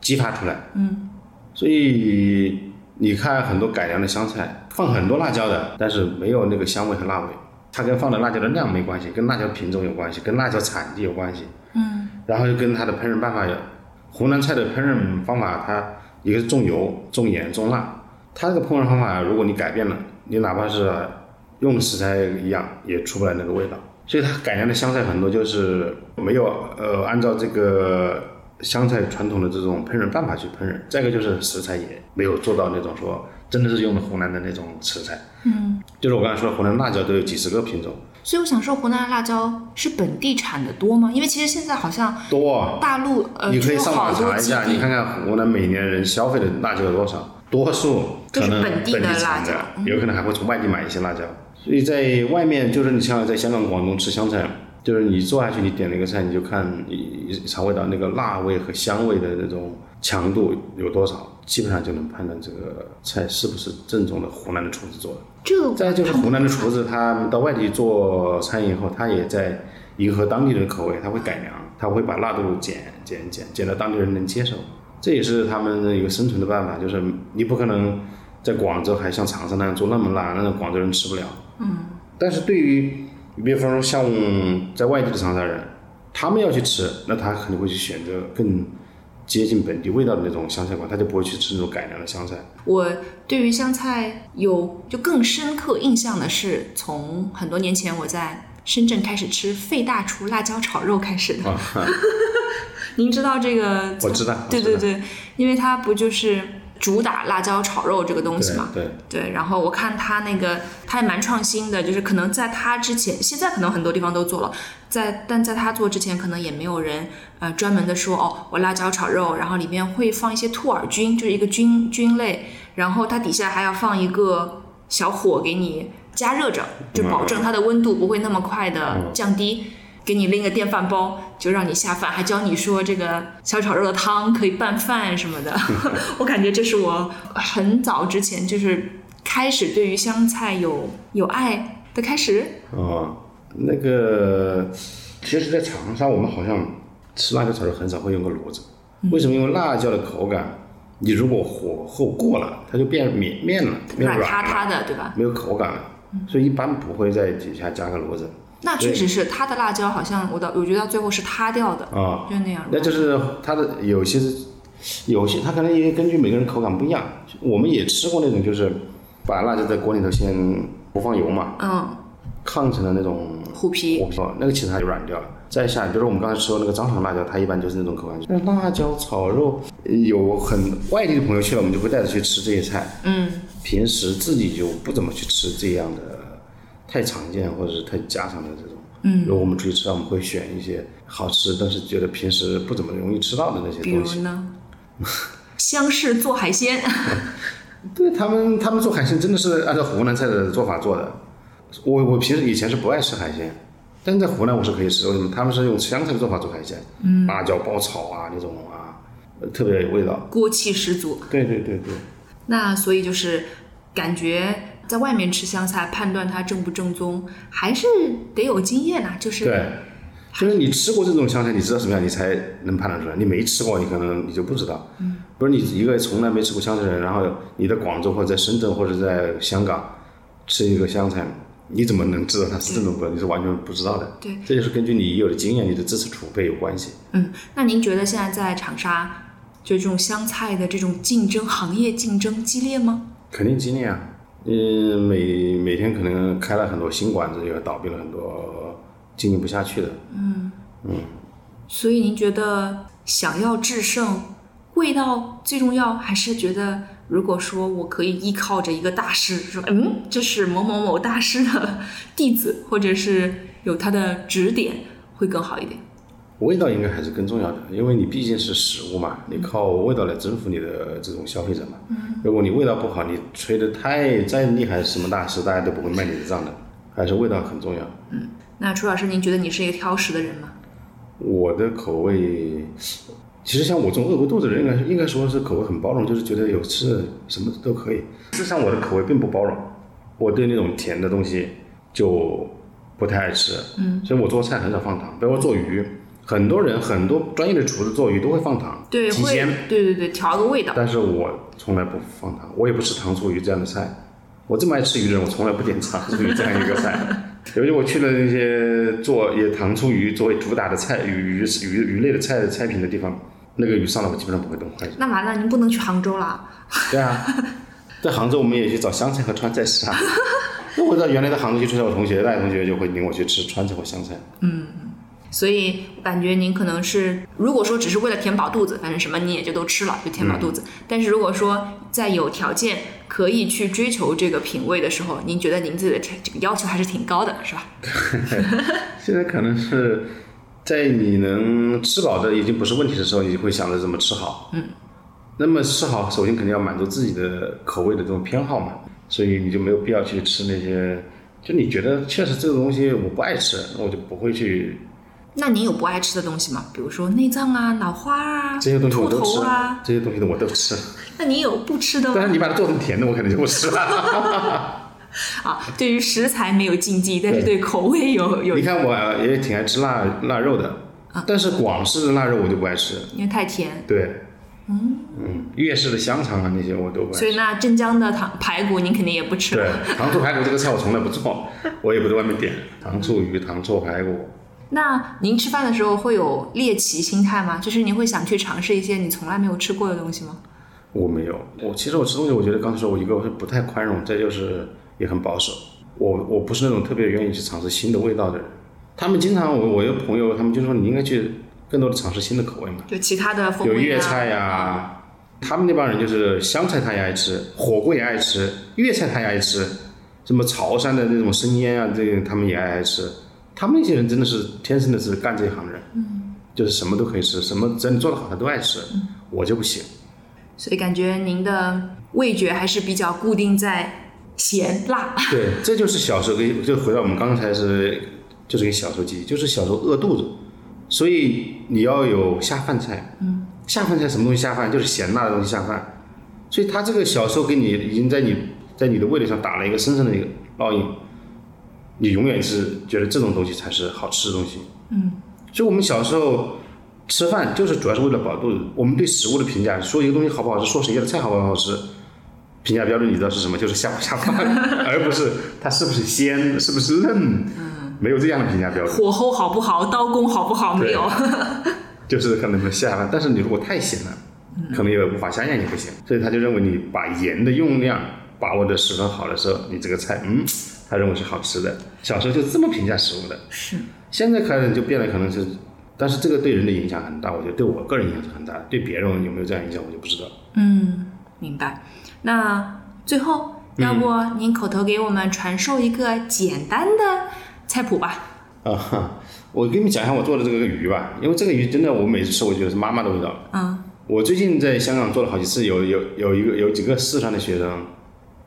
S2: 激发出来。嗯，所以你看很多改良的香菜放很多辣椒的，但是没有那个香味和辣味，它跟放的辣椒的量没关系，跟辣椒品种有关系，跟辣椒产地有关系，嗯，然后又跟它的烹饪办法有。湖南菜的烹饪方法，它一个是重油、重盐、重辣，它这个烹饪方法，如果你改变了，你哪怕是用的食材一样，也出不来那个味道。所以它改良的香菜很多就是没有呃按照这个香菜传统的这种烹饪办法去烹饪。再一个就是食材也没有做到那种说真的是用的湖南的那种食材。嗯，就是我刚才说的湖南辣椒都有几十个品种，
S1: 所以我想说，湖南的辣椒是本地产的多吗？因为其实现在好像
S2: 多啊
S1: 大陆呃
S2: 你可以
S1: 出
S2: 上
S1: 好
S2: 网
S1: 多
S2: 查一
S1: 基
S2: 下，你
S1: 地
S2: 看看湖南每年人消费的辣椒有多少，多数
S1: 都
S2: 可
S1: 是
S2: 能
S1: 本地的辣
S2: 产
S1: 椒嗯
S2: 的，有可能还会从外地买一些辣椒。所以在外面，就是你像在香港、广东吃香菜，就是你坐下去，你点了一个菜，你就看你你尝味道那个辣味和香味的那种强度有多少，基本上就能判断这个菜是不是正宗的湖南的厨子做的。
S1: 这个
S2: 再就是
S1: 他们
S2: 湖南的
S1: 不
S2: 厨
S1: 看
S2: 子，他们到外地做餐饮以后，他也在迎合当地人的口味，他会改良，他会把辣度减减减减到当地人能接受，这也是他们的一个生存的办法。就是你不可能在广州还像长沙那样做那么辣，那广州人吃不了。嗯。但是对于你比方说像在外地的长沙人，他们要去吃，那他肯定会去选择更接近本地味道的那种湘菜馆，他就不会去吃那种改良的湘菜。
S1: 我对于香菜有就更深刻印象的是，从很多年前我在深圳开始吃费大厨辣椒炒肉开始的。
S2: 啊，
S1: [LAUGHS] 您知道这个？
S2: 我知道
S1: 对
S2: 我知
S1: 对
S2: 道
S1: 对，因为它不就是主打辣椒炒肉这个东西
S2: 对
S1: 嘛？
S2: 对。
S1: 对，然后我看他那个，他也蛮创新的，就是可能在他之前，现在可能很多地方都做了，在但在他做之前，可能也没有人呃专门的说哦，我辣椒炒肉，然后里面会放一些兔耳菌，就是一个菌菌类，然后它底下还要放一个小火给你加热着，就保证它的温度不会那么快的降低。给你拎个电饭煲，就让你下饭，还教你说这个小炒肉的汤可以拌饭什么的。 [LAUGHS] 我感觉这是我很早之前就是开始对于湘菜有有爱的开始。
S2: 哦，那个，其实，在长沙，我们好像吃辣椒炒肉很少会用个炉子，
S1: 嗯
S2: 为什么？因为辣椒的口感，你如果火候过了，它就变绵面了，变
S1: 软
S2: 软
S1: 塌嗯塌
S2: 了，
S1: 的，对吧？
S2: 没有口感了，所以一般不会在底下加个炉子
S1: 那确实是它的辣椒，好像我到我觉得到最后是塌掉的，
S2: 啊。
S1: 就那样。
S2: 那就是它的有些是，有些它可能也根据每个人口感不一样。我们也吃过那种，就是把辣椒在锅里头先不放油嘛，
S1: 嗯，
S2: 炕成的那种
S1: 虎皮
S2: 我说那个其实它就软掉了。再下，比如说我们刚才吃过那个张场辣椒，它一般就是那种口感。那辣椒炒肉，呃有很外地的朋友去了，我们就会带着去吃这些菜。嗯，平时自己就不怎么去吃这样的太常见或者是太家常的这种。嗯，如果我们出去吃饭，我们会选一些好吃，但是觉得平时不怎么容易吃到的那些
S1: 比
S2: 东
S1: 如
S2: 西。
S1: 呢，湘式做海鲜，
S2: 对他们，他们做海鲜真的是按照湖南菜的做法做的。我我平时以前是不爱吃海鲜，但是在湖南我是可以吃。为什么？他们是用湘菜的做法做海鲜，嗯，辣椒爆炒啊那种啊，呃特别有味道。
S1: 锅气十足。
S2: 对对对对，
S1: 那所以就是感觉。在外面吃湘菜，判断它正不正宗，还是得有经验呐、就是
S2: 对，就是你吃过这种湘菜，你知道什么样，你才能判断出来。你没吃过，你可能你就不知道。嗯，不是你一个从来没吃过湘菜的人，然后你在广州或者在深圳或者在香港吃一个湘菜，你怎么能知道它是正宗不？你是完全不知道的。
S1: 对
S2: 这就是根据你已有的经验、你的知识储备有关系。
S1: 嗯，那您觉得现在在长沙，就这种湘菜的这种竞争，行业竞争激烈吗？
S2: 肯定经验啊，嗯，每每天可能开了很多新馆子，也倒闭了很多经营不下去的。
S1: 所以您觉得想要制胜，味道最重要，还是觉得如果说我可以依靠着一个大师，说嗯，这是某某某大师的弟子，或者是有他的指点，会更好一点？
S2: 味道应该还是更重要的，因为你毕竟是食物嘛，你靠味道来征服你的这种消费者嘛。如果你味道不好，你吹的太再厉害，什么大师大家都不会卖你的账的，还是味道很重要。
S1: 那楚老师，您觉得你是一个挑食的人吗？
S2: 我的口味，其实像我这种饿过肚子的人，应该应该说是口味很包容，就是觉得有吃什么都可以。事实上，我的口味并不包容，我对那种甜的东西就不太爱吃。嗯，所以我做菜很少放糖，比如我做鱼，很多人很多专业的厨子做鱼都会放糖，
S1: 对，
S2: 提
S1: 会
S2: 鲜，，
S1: 对对对，调个味道。
S2: 但是我从来不放糖，我也不吃糖醋鱼这样的菜。我这么爱吃鱼的人，我从来不点糖醋鱼这样一个菜。 [LAUGHS] 尤其我去了那些做以糖醋鱼作为主打的菜鱼鱼鱼鱼类的菜菜品的地方，那个鱼上来我基本上不会动筷子。
S1: 那完了，您不能去杭州了。
S2: 对啊，在杭州我们也去找湘菜和川菜吃啊。 [LAUGHS] 那我在原来在杭州就出差，我同学大学同学就会领我去吃川菜或湘菜。
S1: 所以感觉您可能是，如果说只是为了填饱肚子，反正什么你也就都吃了，就填
S2: 嗯
S1: 饱肚子。但是如果说在有条件可以去追求这个品味的时候，您觉得您自己的这个要求还是挺高的，是吧？
S2: 现在可能是在你能吃饱的已经不是问题的时候，你就会想着怎么吃好。嗯。那么吃好，首先肯定要满足自己的口味的这种偏好嘛，所以你就没有必要去吃那些，就你觉得确实这个东西我不爱吃，那我就不会去
S1: 那您有不爱吃的东西吗？比如说内脏啊、脑花啊、
S2: 这些东西我
S1: 兔
S2: 都吃
S1: 头，啊。
S2: 这些东西我都吃，
S1: 那您有不吃的
S2: 但是
S1: 吗？
S2: 你把它做成甜的，我可能就不吃了。
S1: 啊，对于食材没有禁忌，但是
S2: 对
S1: 对口味有有
S2: 你，看我也挺爱吃辣腊肉的，但是广式的腊肉我就不爱吃，
S1: 因为太甜。
S2: 对，嗯粤式的香肠啊那些我都不爱吃。
S1: 所以那镇江的糖排骨您肯定也不吃了。
S2: 对，糖醋排骨这个菜我从来不做，我也不在外面点糖醋鱼、糖醋排骨。
S1: 那您吃饭的时候会有猎奇心态吗？就是您会想去尝试一些你从来没有吃过的东西吗？
S2: 我没有，我其实我吃东西，我觉得刚才说我一个是不太宽容，再就是也很保守。我我不是那种特别愿意去尝试新的味道的人。他们经常我我有朋友，他们就说你应该去更多的尝试新的口味嘛，
S1: 就其他的风
S2: 有
S1: 味、啊、
S2: 粤菜呀、他们那帮人就是湘菜他也爱吃，火锅也爱吃，粤菜他也爱吃，什么潮汕的那种生腌啊，这个他们也爱吃。他们那些人真的是天生的是干这一行人，嗯，就是什么都可以吃，什么只要你做的好，他都爱吃。
S1: 嗯
S2: 我就
S1: [LAUGHS]
S2: 不行，
S1: 所以感觉您的味觉还是比较固定在咸辣。
S2: 对，这就是小时候跟就回到我们刚才是，就是跟小时候记忆，就是小时候饿肚子，所以你要有下饭菜，嗯，下饭菜什么东西下饭就是咸辣的东西下饭，所以他这个小时候给你已经在你在你的味蕾上打了一个深深的一个烙印，你永远是觉得这种东西才是好吃的东西，嗯，所以我们小时候。吃饭就是主要是为了饱肚子。我们对食物的评价，说一个东西好不好吃，说谁家的菜好不好吃，评价标准你知道是什么？就是下不下饭，而不是它是不是鲜，是不是嫩。没有这样的评价标准，
S1: 火候好不好，刀工好不好？没有， [LAUGHS]
S2: 就是看能不能下饭。但是你如果太咸了，可能也无法下咽，也不行。所以他就认为你把盐的用量把握的十分好的时候，你这个菜，嗯，他认为是好吃的。小时候就是这么评价食物的，
S1: 是
S2: 现在开始就变了，可能是，但是这个对人的影响很大，我觉得对我个人影响是很大的，对别人有没有这样影响我就不知道。
S1: 嗯，明白。那最后，
S2: 嗯
S1: 要不您口头给我们传授一个简单的菜谱吧？
S2: 啊，哈，我给你们讲一下我做的这个鱼吧，因为这个鱼真的，我每次吃我觉得是妈妈的味道。
S1: 嗯，
S2: 我最近在香港做了好几次，有有有一个有几个四川的学生，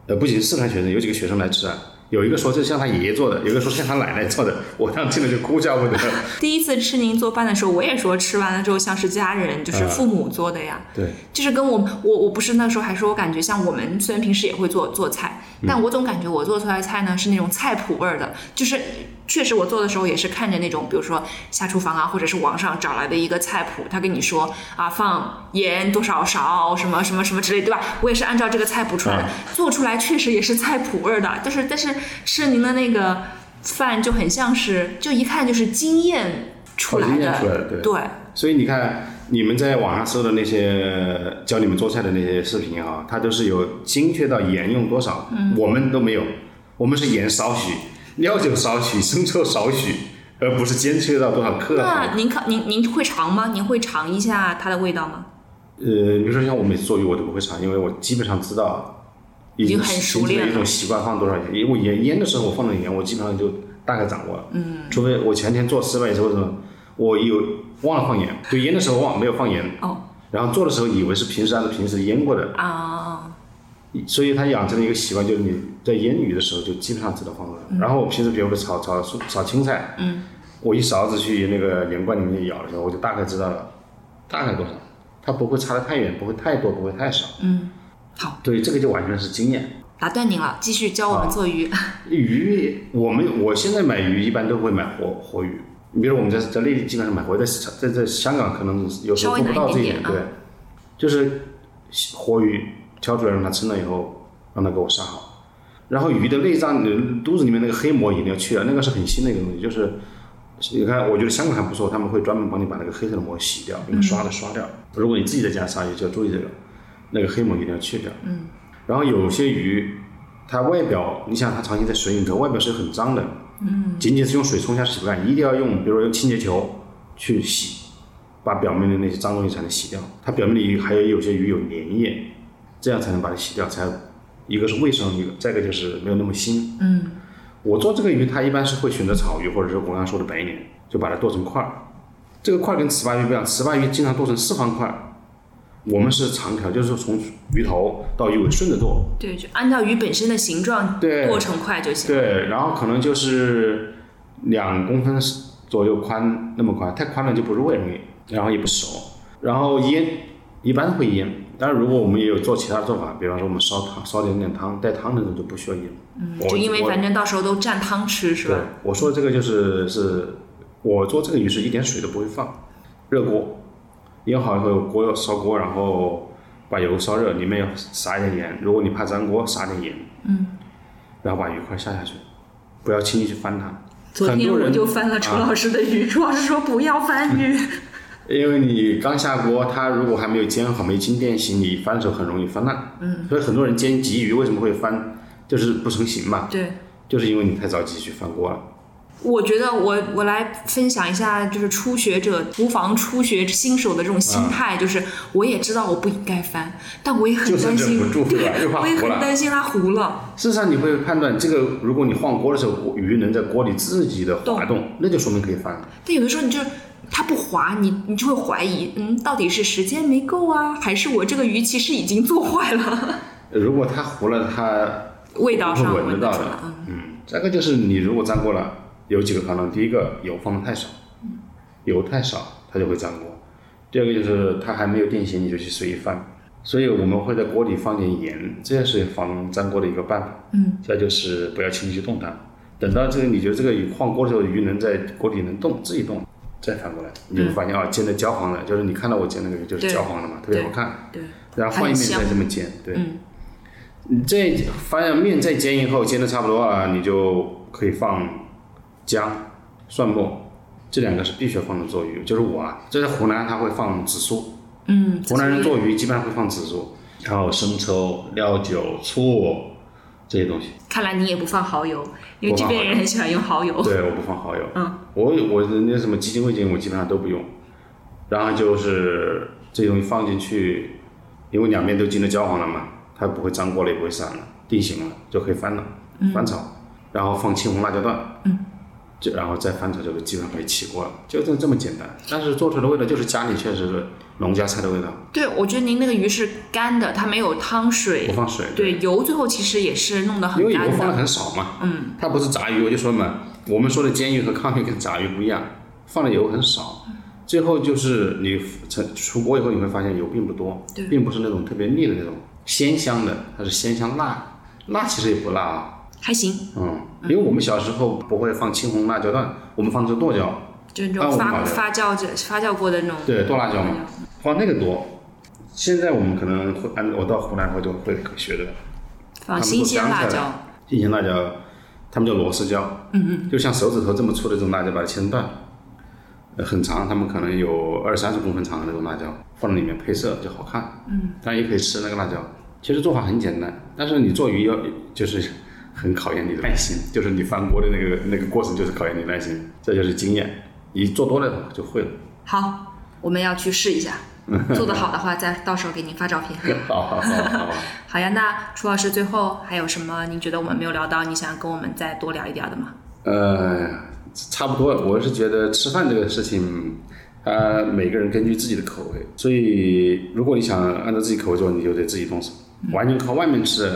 S2: 呃，不仅是四川学生，有几个学生来吃啊，有一个说这是像他爷爷做的，有一个说像他奶奶做的，我当时听了就哭笑不得。
S1: 第一次吃您做饭的时候，我也说吃完了之后像是家人，就是
S2: 啊
S1: 父母做的呀。
S2: 对，
S1: 就是跟我我我不是那时候还说，我感觉像我们虽然平时也会做做菜，
S2: 嗯
S1: 但我总感觉我做出来的菜呢是那种菜谱味儿的，就是确实我做的时候也是看着那种，比如说下厨房啊，或者是网上找来的一个菜谱，他跟你说啊放盐多少勺，什么什么什么之类，对吧？我也是按照这个菜谱出来的，
S2: 嗯
S1: 做出来确实也是菜谱味儿的，就是但是吃您的那个饭就很像是，就一看就是经验出来
S2: 哦靠经
S1: 的，
S2: 验出来的对
S1: 对，
S2: 所以你看，你们在网上搜的那些教你们做菜的那些视频啊，它都是有精确到盐用多少，我们都没有，我们是盐少许，料酒少许，生抽少许，而不是精确到多少克。
S1: 那您看您您会尝吗？您会尝一下它的味道吗？
S2: 呃，比如说像我每次做鱼，我都不会尝，因为我基本上知道已
S1: 已经
S2: 经
S1: 很熟
S2: 形成
S1: 练
S2: 了
S1: 了
S2: 一种习惯，放多少盐。因为我腌腌的时候，我放的盐，我基本上就大概掌握了。嗯，除非我前天做失败以后，我有忘了放盐，就腌的时候忘没有放盐。
S1: 哦。
S2: 然后做的时候以为是平时按照平时腌过的，
S1: 啊，
S2: 所以他养成了一个习惯，就是你在腌鱼的时候就基本上知道放多少。
S1: 嗯
S2: 然后我平时比如说炒炒蔬炒青菜，嗯，我一勺子去那个连罐里面舀的时候，我就大概知道了大概多少，它不会差得太远，不会太多，不会太少。
S1: 嗯，好，
S2: 对，这个就完全是经验。
S1: 打断您了，继续教我们做鱼。 [LAUGHS]
S2: 鱼，我们我现在买鱼一般都会买活活鱼，比如我们在在内地基本上买回，在在在香港可能有时候做不到这一啊点，
S1: 稍微
S2: 对
S1: 难，
S2: 就是活鱼挑出来让它吃了以后，让它给我杀好。然后鱼的内脏、呃肚子里面那个黑膜一定要去掉，啊那个是很新的一个东西，就是你看，我觉得香港还不错，他们会专门帮你把那个黑色的膜洗掉，用刷子刷掉。如果你自己在家杀鱼，就要注意这个，那个黑膜一定要去掉。嗯。然后有些鱼，它外表，你想它长期在水里头，外表是很脏的。嗯。仅仅是用水冲一下洗不干，一定要用，比如说用清洁球去洗，把表面的那些脏东西才能洗掉。它表面的鱼还有有些鱼有粘液，这样才能把它洗掉，才一个是卫生，一个再一个就是没有那么腥。我做这个鱼，它一般是会选择草鱼，或者是我刚刚说的白鲢，就把它剁成块儿。这个块儿跟糍粑鱼不一样，糍粑鱼经常剁成四方块儿，我们是长条，就是从鱼头到鱼尾顺着剁。
S1: 对，就按照鱼本身的形状
S2: 对
S1: 剁成块就行。
S2: 对，然后可能就是两公分左右宽，那么宽，太宽了就不入味容易，然后也不熟。然后腌一般会腌，但是如果我们也有做其他的做法，比方说我们烧汤，烧点点汤带汤的那种就不需要腌。嗯，
S1: 就因为反正到时候都蘸汤吃是
S2: 对
S1: 吧？，
S2: 我说的这个就是是，我做这个鱼是一点水都不会放，热锅腌好以后，锅要烧锅，然后把油烧热，里面要撒一点盐，如果你怕粘锅，撒点盐，嗯，然后把鱼块下下去，不要轻易去翻它。
S1: 昨天我就翻了
S2: 很
S1: 楚
S2: 多人啊嗯
S1: 老师的鱼，楚老师说不要翻鱼。
S2: 因为你刚下锅，它如果还没有煎好、没经淀洗，你翻手很容易翻烂。嗯，所以很多人煎鲫鱼为什么会翻，就是不成形
S1: [LAUGHS]
S2: 嘛，
S1: 对，
S2: 就是因为你太着急去翻锅了。
S1: 我觉得我我来分享一下，就是初学者、厨房初学新手的这种
S2: 嗯
S1: 心态，就是我也知道我不应该翻，但我也很
S2: 就是
S1: 担心
S2: 忍不，住
S1: 对
S2: 对吧又，怕
S1: 我也
S2: 糊
S1: 很
S2: 了
S1: 担心它糊了。
S2: 事实上，你会判断这个，如果你晃锅的时候，鱼能在锅里自己的滑动，那就说明可以翻。
S1: 但有的时候你就它不滑，你你就会怀疑，嗯，到底是时间没够啊，还是我这个鱼其实已经做坏了？ [LAUGHS]
S2: 如果它糊了，它
S1: 味道上
S2: 会闻
S1: 闻
S2: 得到
S1: 出来
S2: 的
S1: 啊。
S2: 嗯，这个就是你如果粘锅了，有几个可能：第一个油放的太少，油太少它就会粘锅；第二个就是它还没有定型，你就去随意翻。所以我们会在锅里放点盐，这也是防粘锅的一个办法。嗯，再就是不要轻易去动它，等到这个你觉得这个鱼晃锅的时候，鱼能在锅里能动，自己动，再反过来，你就会发现啊，煎的焦黄了，就是你看到我煎那个鱼就是
S1: 对
S2: 焦黄了嘛，特别好看。
S1: 对，
S2: 然后换一面再这么煎，对。你这发现面再煎以后，煎的差不多了，你就可以放姜、蒜末，这两个是必须要放的做鱼。就是我啊，这在湖南他会放紫苏，
S1: 嗯，
S2: 湖南人做鱼基本上会放紫苏，然后生抽、料酒、醋这些东西。
S1: 看来你也不放蚝油，因为这边人很喜欢用蚝油。
S2: 对，我不放蚝油。
S1: 嗯，
S2: 我我的那什么鸡精、味精，我基本上都不用。然后就是这东西放进去，因为两面都煎的焦黄了嘛，它不会粘锅了，也不会散了，定型了就可以翻了，翻炒。然后放青红辣椒段，嗯，就然后再翻炒，就基本上可以起锅了，就这这么简单。但是做出来的味道就是家里确实是农家菜的味道，
S1: 对，我觉得您那个鱼是干的，它没有汤水，
S2: 不放水。
S1: 对，油最后其实也是弄得
S2: 因
S1: 很
S2: 为油
S1: 干
S2: 放的
S1: 的，
S2: 很少嘛，嗯，它不是炸鱼，我就说嘛，我们说的煎鱼和糠鱼跟炸鱼不一样，放的油很少，最后就是你成出锅以后，你会发现油并不多，
S1: 对
S2: 并不是那种特别腻的那种鲜香的，它是鲜香辣，辣其实也不辣啊，
S1: 还行，
S2: 嗯，因为我们小时候不会放青红辣椒段，我们放的是剁椒，
S1: 就是那
S2: 啊
S1: 种
S2: 我
S1: 发
S2: 明白了
S1: 发酵着发酵过的那种。
S2: 对，剁辣椒嘛，放那个多。现在我们可能会按我到湖南会就会学的，
S1: 放新鲜辣椒，
S2: 新鲜辣椒，他们叫螺丝椒，嗯嗯，就像手指头这么粗的这种辣椒，把它切成段，呃很长，他们可能有二三十公分长的那种辣椒，放在里面配色就好看，嗯，当然也可以吃那个辣椒。其实做法很简单，但是你做鱼要就是很考验你的耐心，就是你翻锅的那个那个过程就是考验你耐心，这就是经验，你做多了就会了。 [LAUGHS]
S1: 好，我们要去试一下，做得好的话再到时候给您发照片。
S2: 好好好好好，
S1: 好呀，那楚老师最后还有什么您觉得我们没有聊到，你想跟我们再多聊一聊的吗？
S2: 呃，差不多了。我是觉得吃饭这个事情，呃，每个人根据自己的口味，所以如果你想按照自己口味做，你就得自己动手。完全靠外面吃，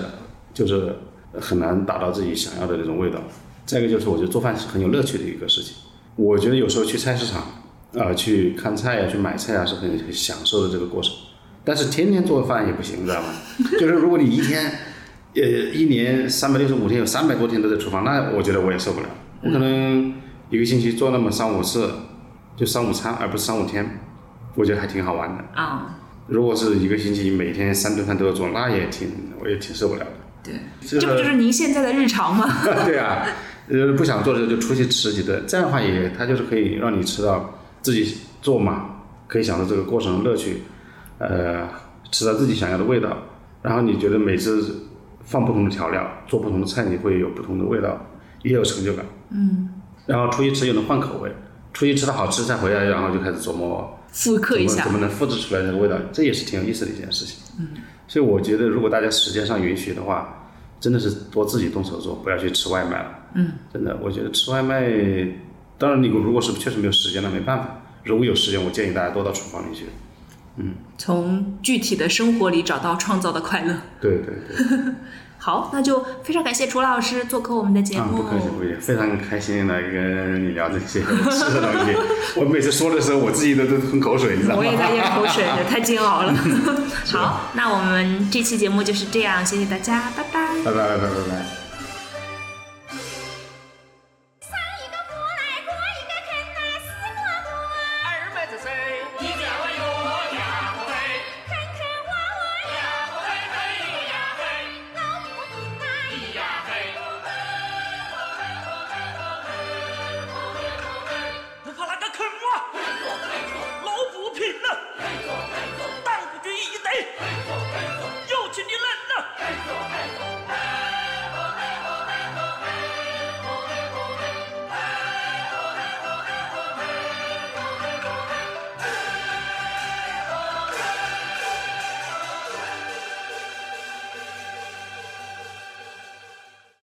S2: 就是很难达到自己想要的那种味道。再一个就是，我觉得做饭是很有乐趣的一个事情。我觉得有时候去菜市场啊、呃去看菜呀、去买菜呀、啊是很很享受的这个过程。但是天天做饭也不行，知道吗？就是如果你一天，呃，一年三百六十五天有三百多天都在厨房，那我觉得我也受不了。我可能一个星期做那么三五次，就三五餐，而不是三五天，我觉得还挺好玩的。
S1: 啊、
S2: 如果是一个星期每天三顿饭都要做，那也挺我也挺受不了的。
S1: 对，
S2: 这
S1: 这不就是您现在的日常吗？ [LAUGHS]
S2: [LAUGHS] 对啊，呃，不想做的时候就出去吃几顿，这样的话也它就是可以让你吃到自己做嘛，可以享受这个过程的乐趣，呃，吃到自己想要的味道。然后你觉得每次放不同的调料，做不同的菜，你会有不同的味道，也有成就感。嗯。然后出去吃又能换口味，出去吃到好吃再回来，然后就开始琢磨
S1: 复刻一下
S2: 怎么怎么能复制出来那个味道，这也是挺有意思的一件事情。嗯，所以我觉得如果大家时间上允许的话，真的是多自己动手做，不要去吃外卖了。嗯，真的，我觉得吃外卖，当然你如果是确实没有时间，那没办法。如果有时间，我建议大家多到厨房里去。
S1: 从具体的生活里找到创造的快乐。
S2: 对对对，
S1: 好，那就非常感谢楚老师做客我们的节
S2: 啊，
S1: 目。
S2: 不客气不客气，非常开心来跟你聊这些吃的东西。 [LAUGHS] 我每次说的时候，我自己都都吞口水，你知道吗？
S1: 我也在咽口水，
S2: [LAUGHS]
S1: 太煎熬了。 [LAUGHS] 好，那我们这期节目就是这样，谢谢大家，拜拜。
S2: 拜拜拜拜拜拜。
S7: 啊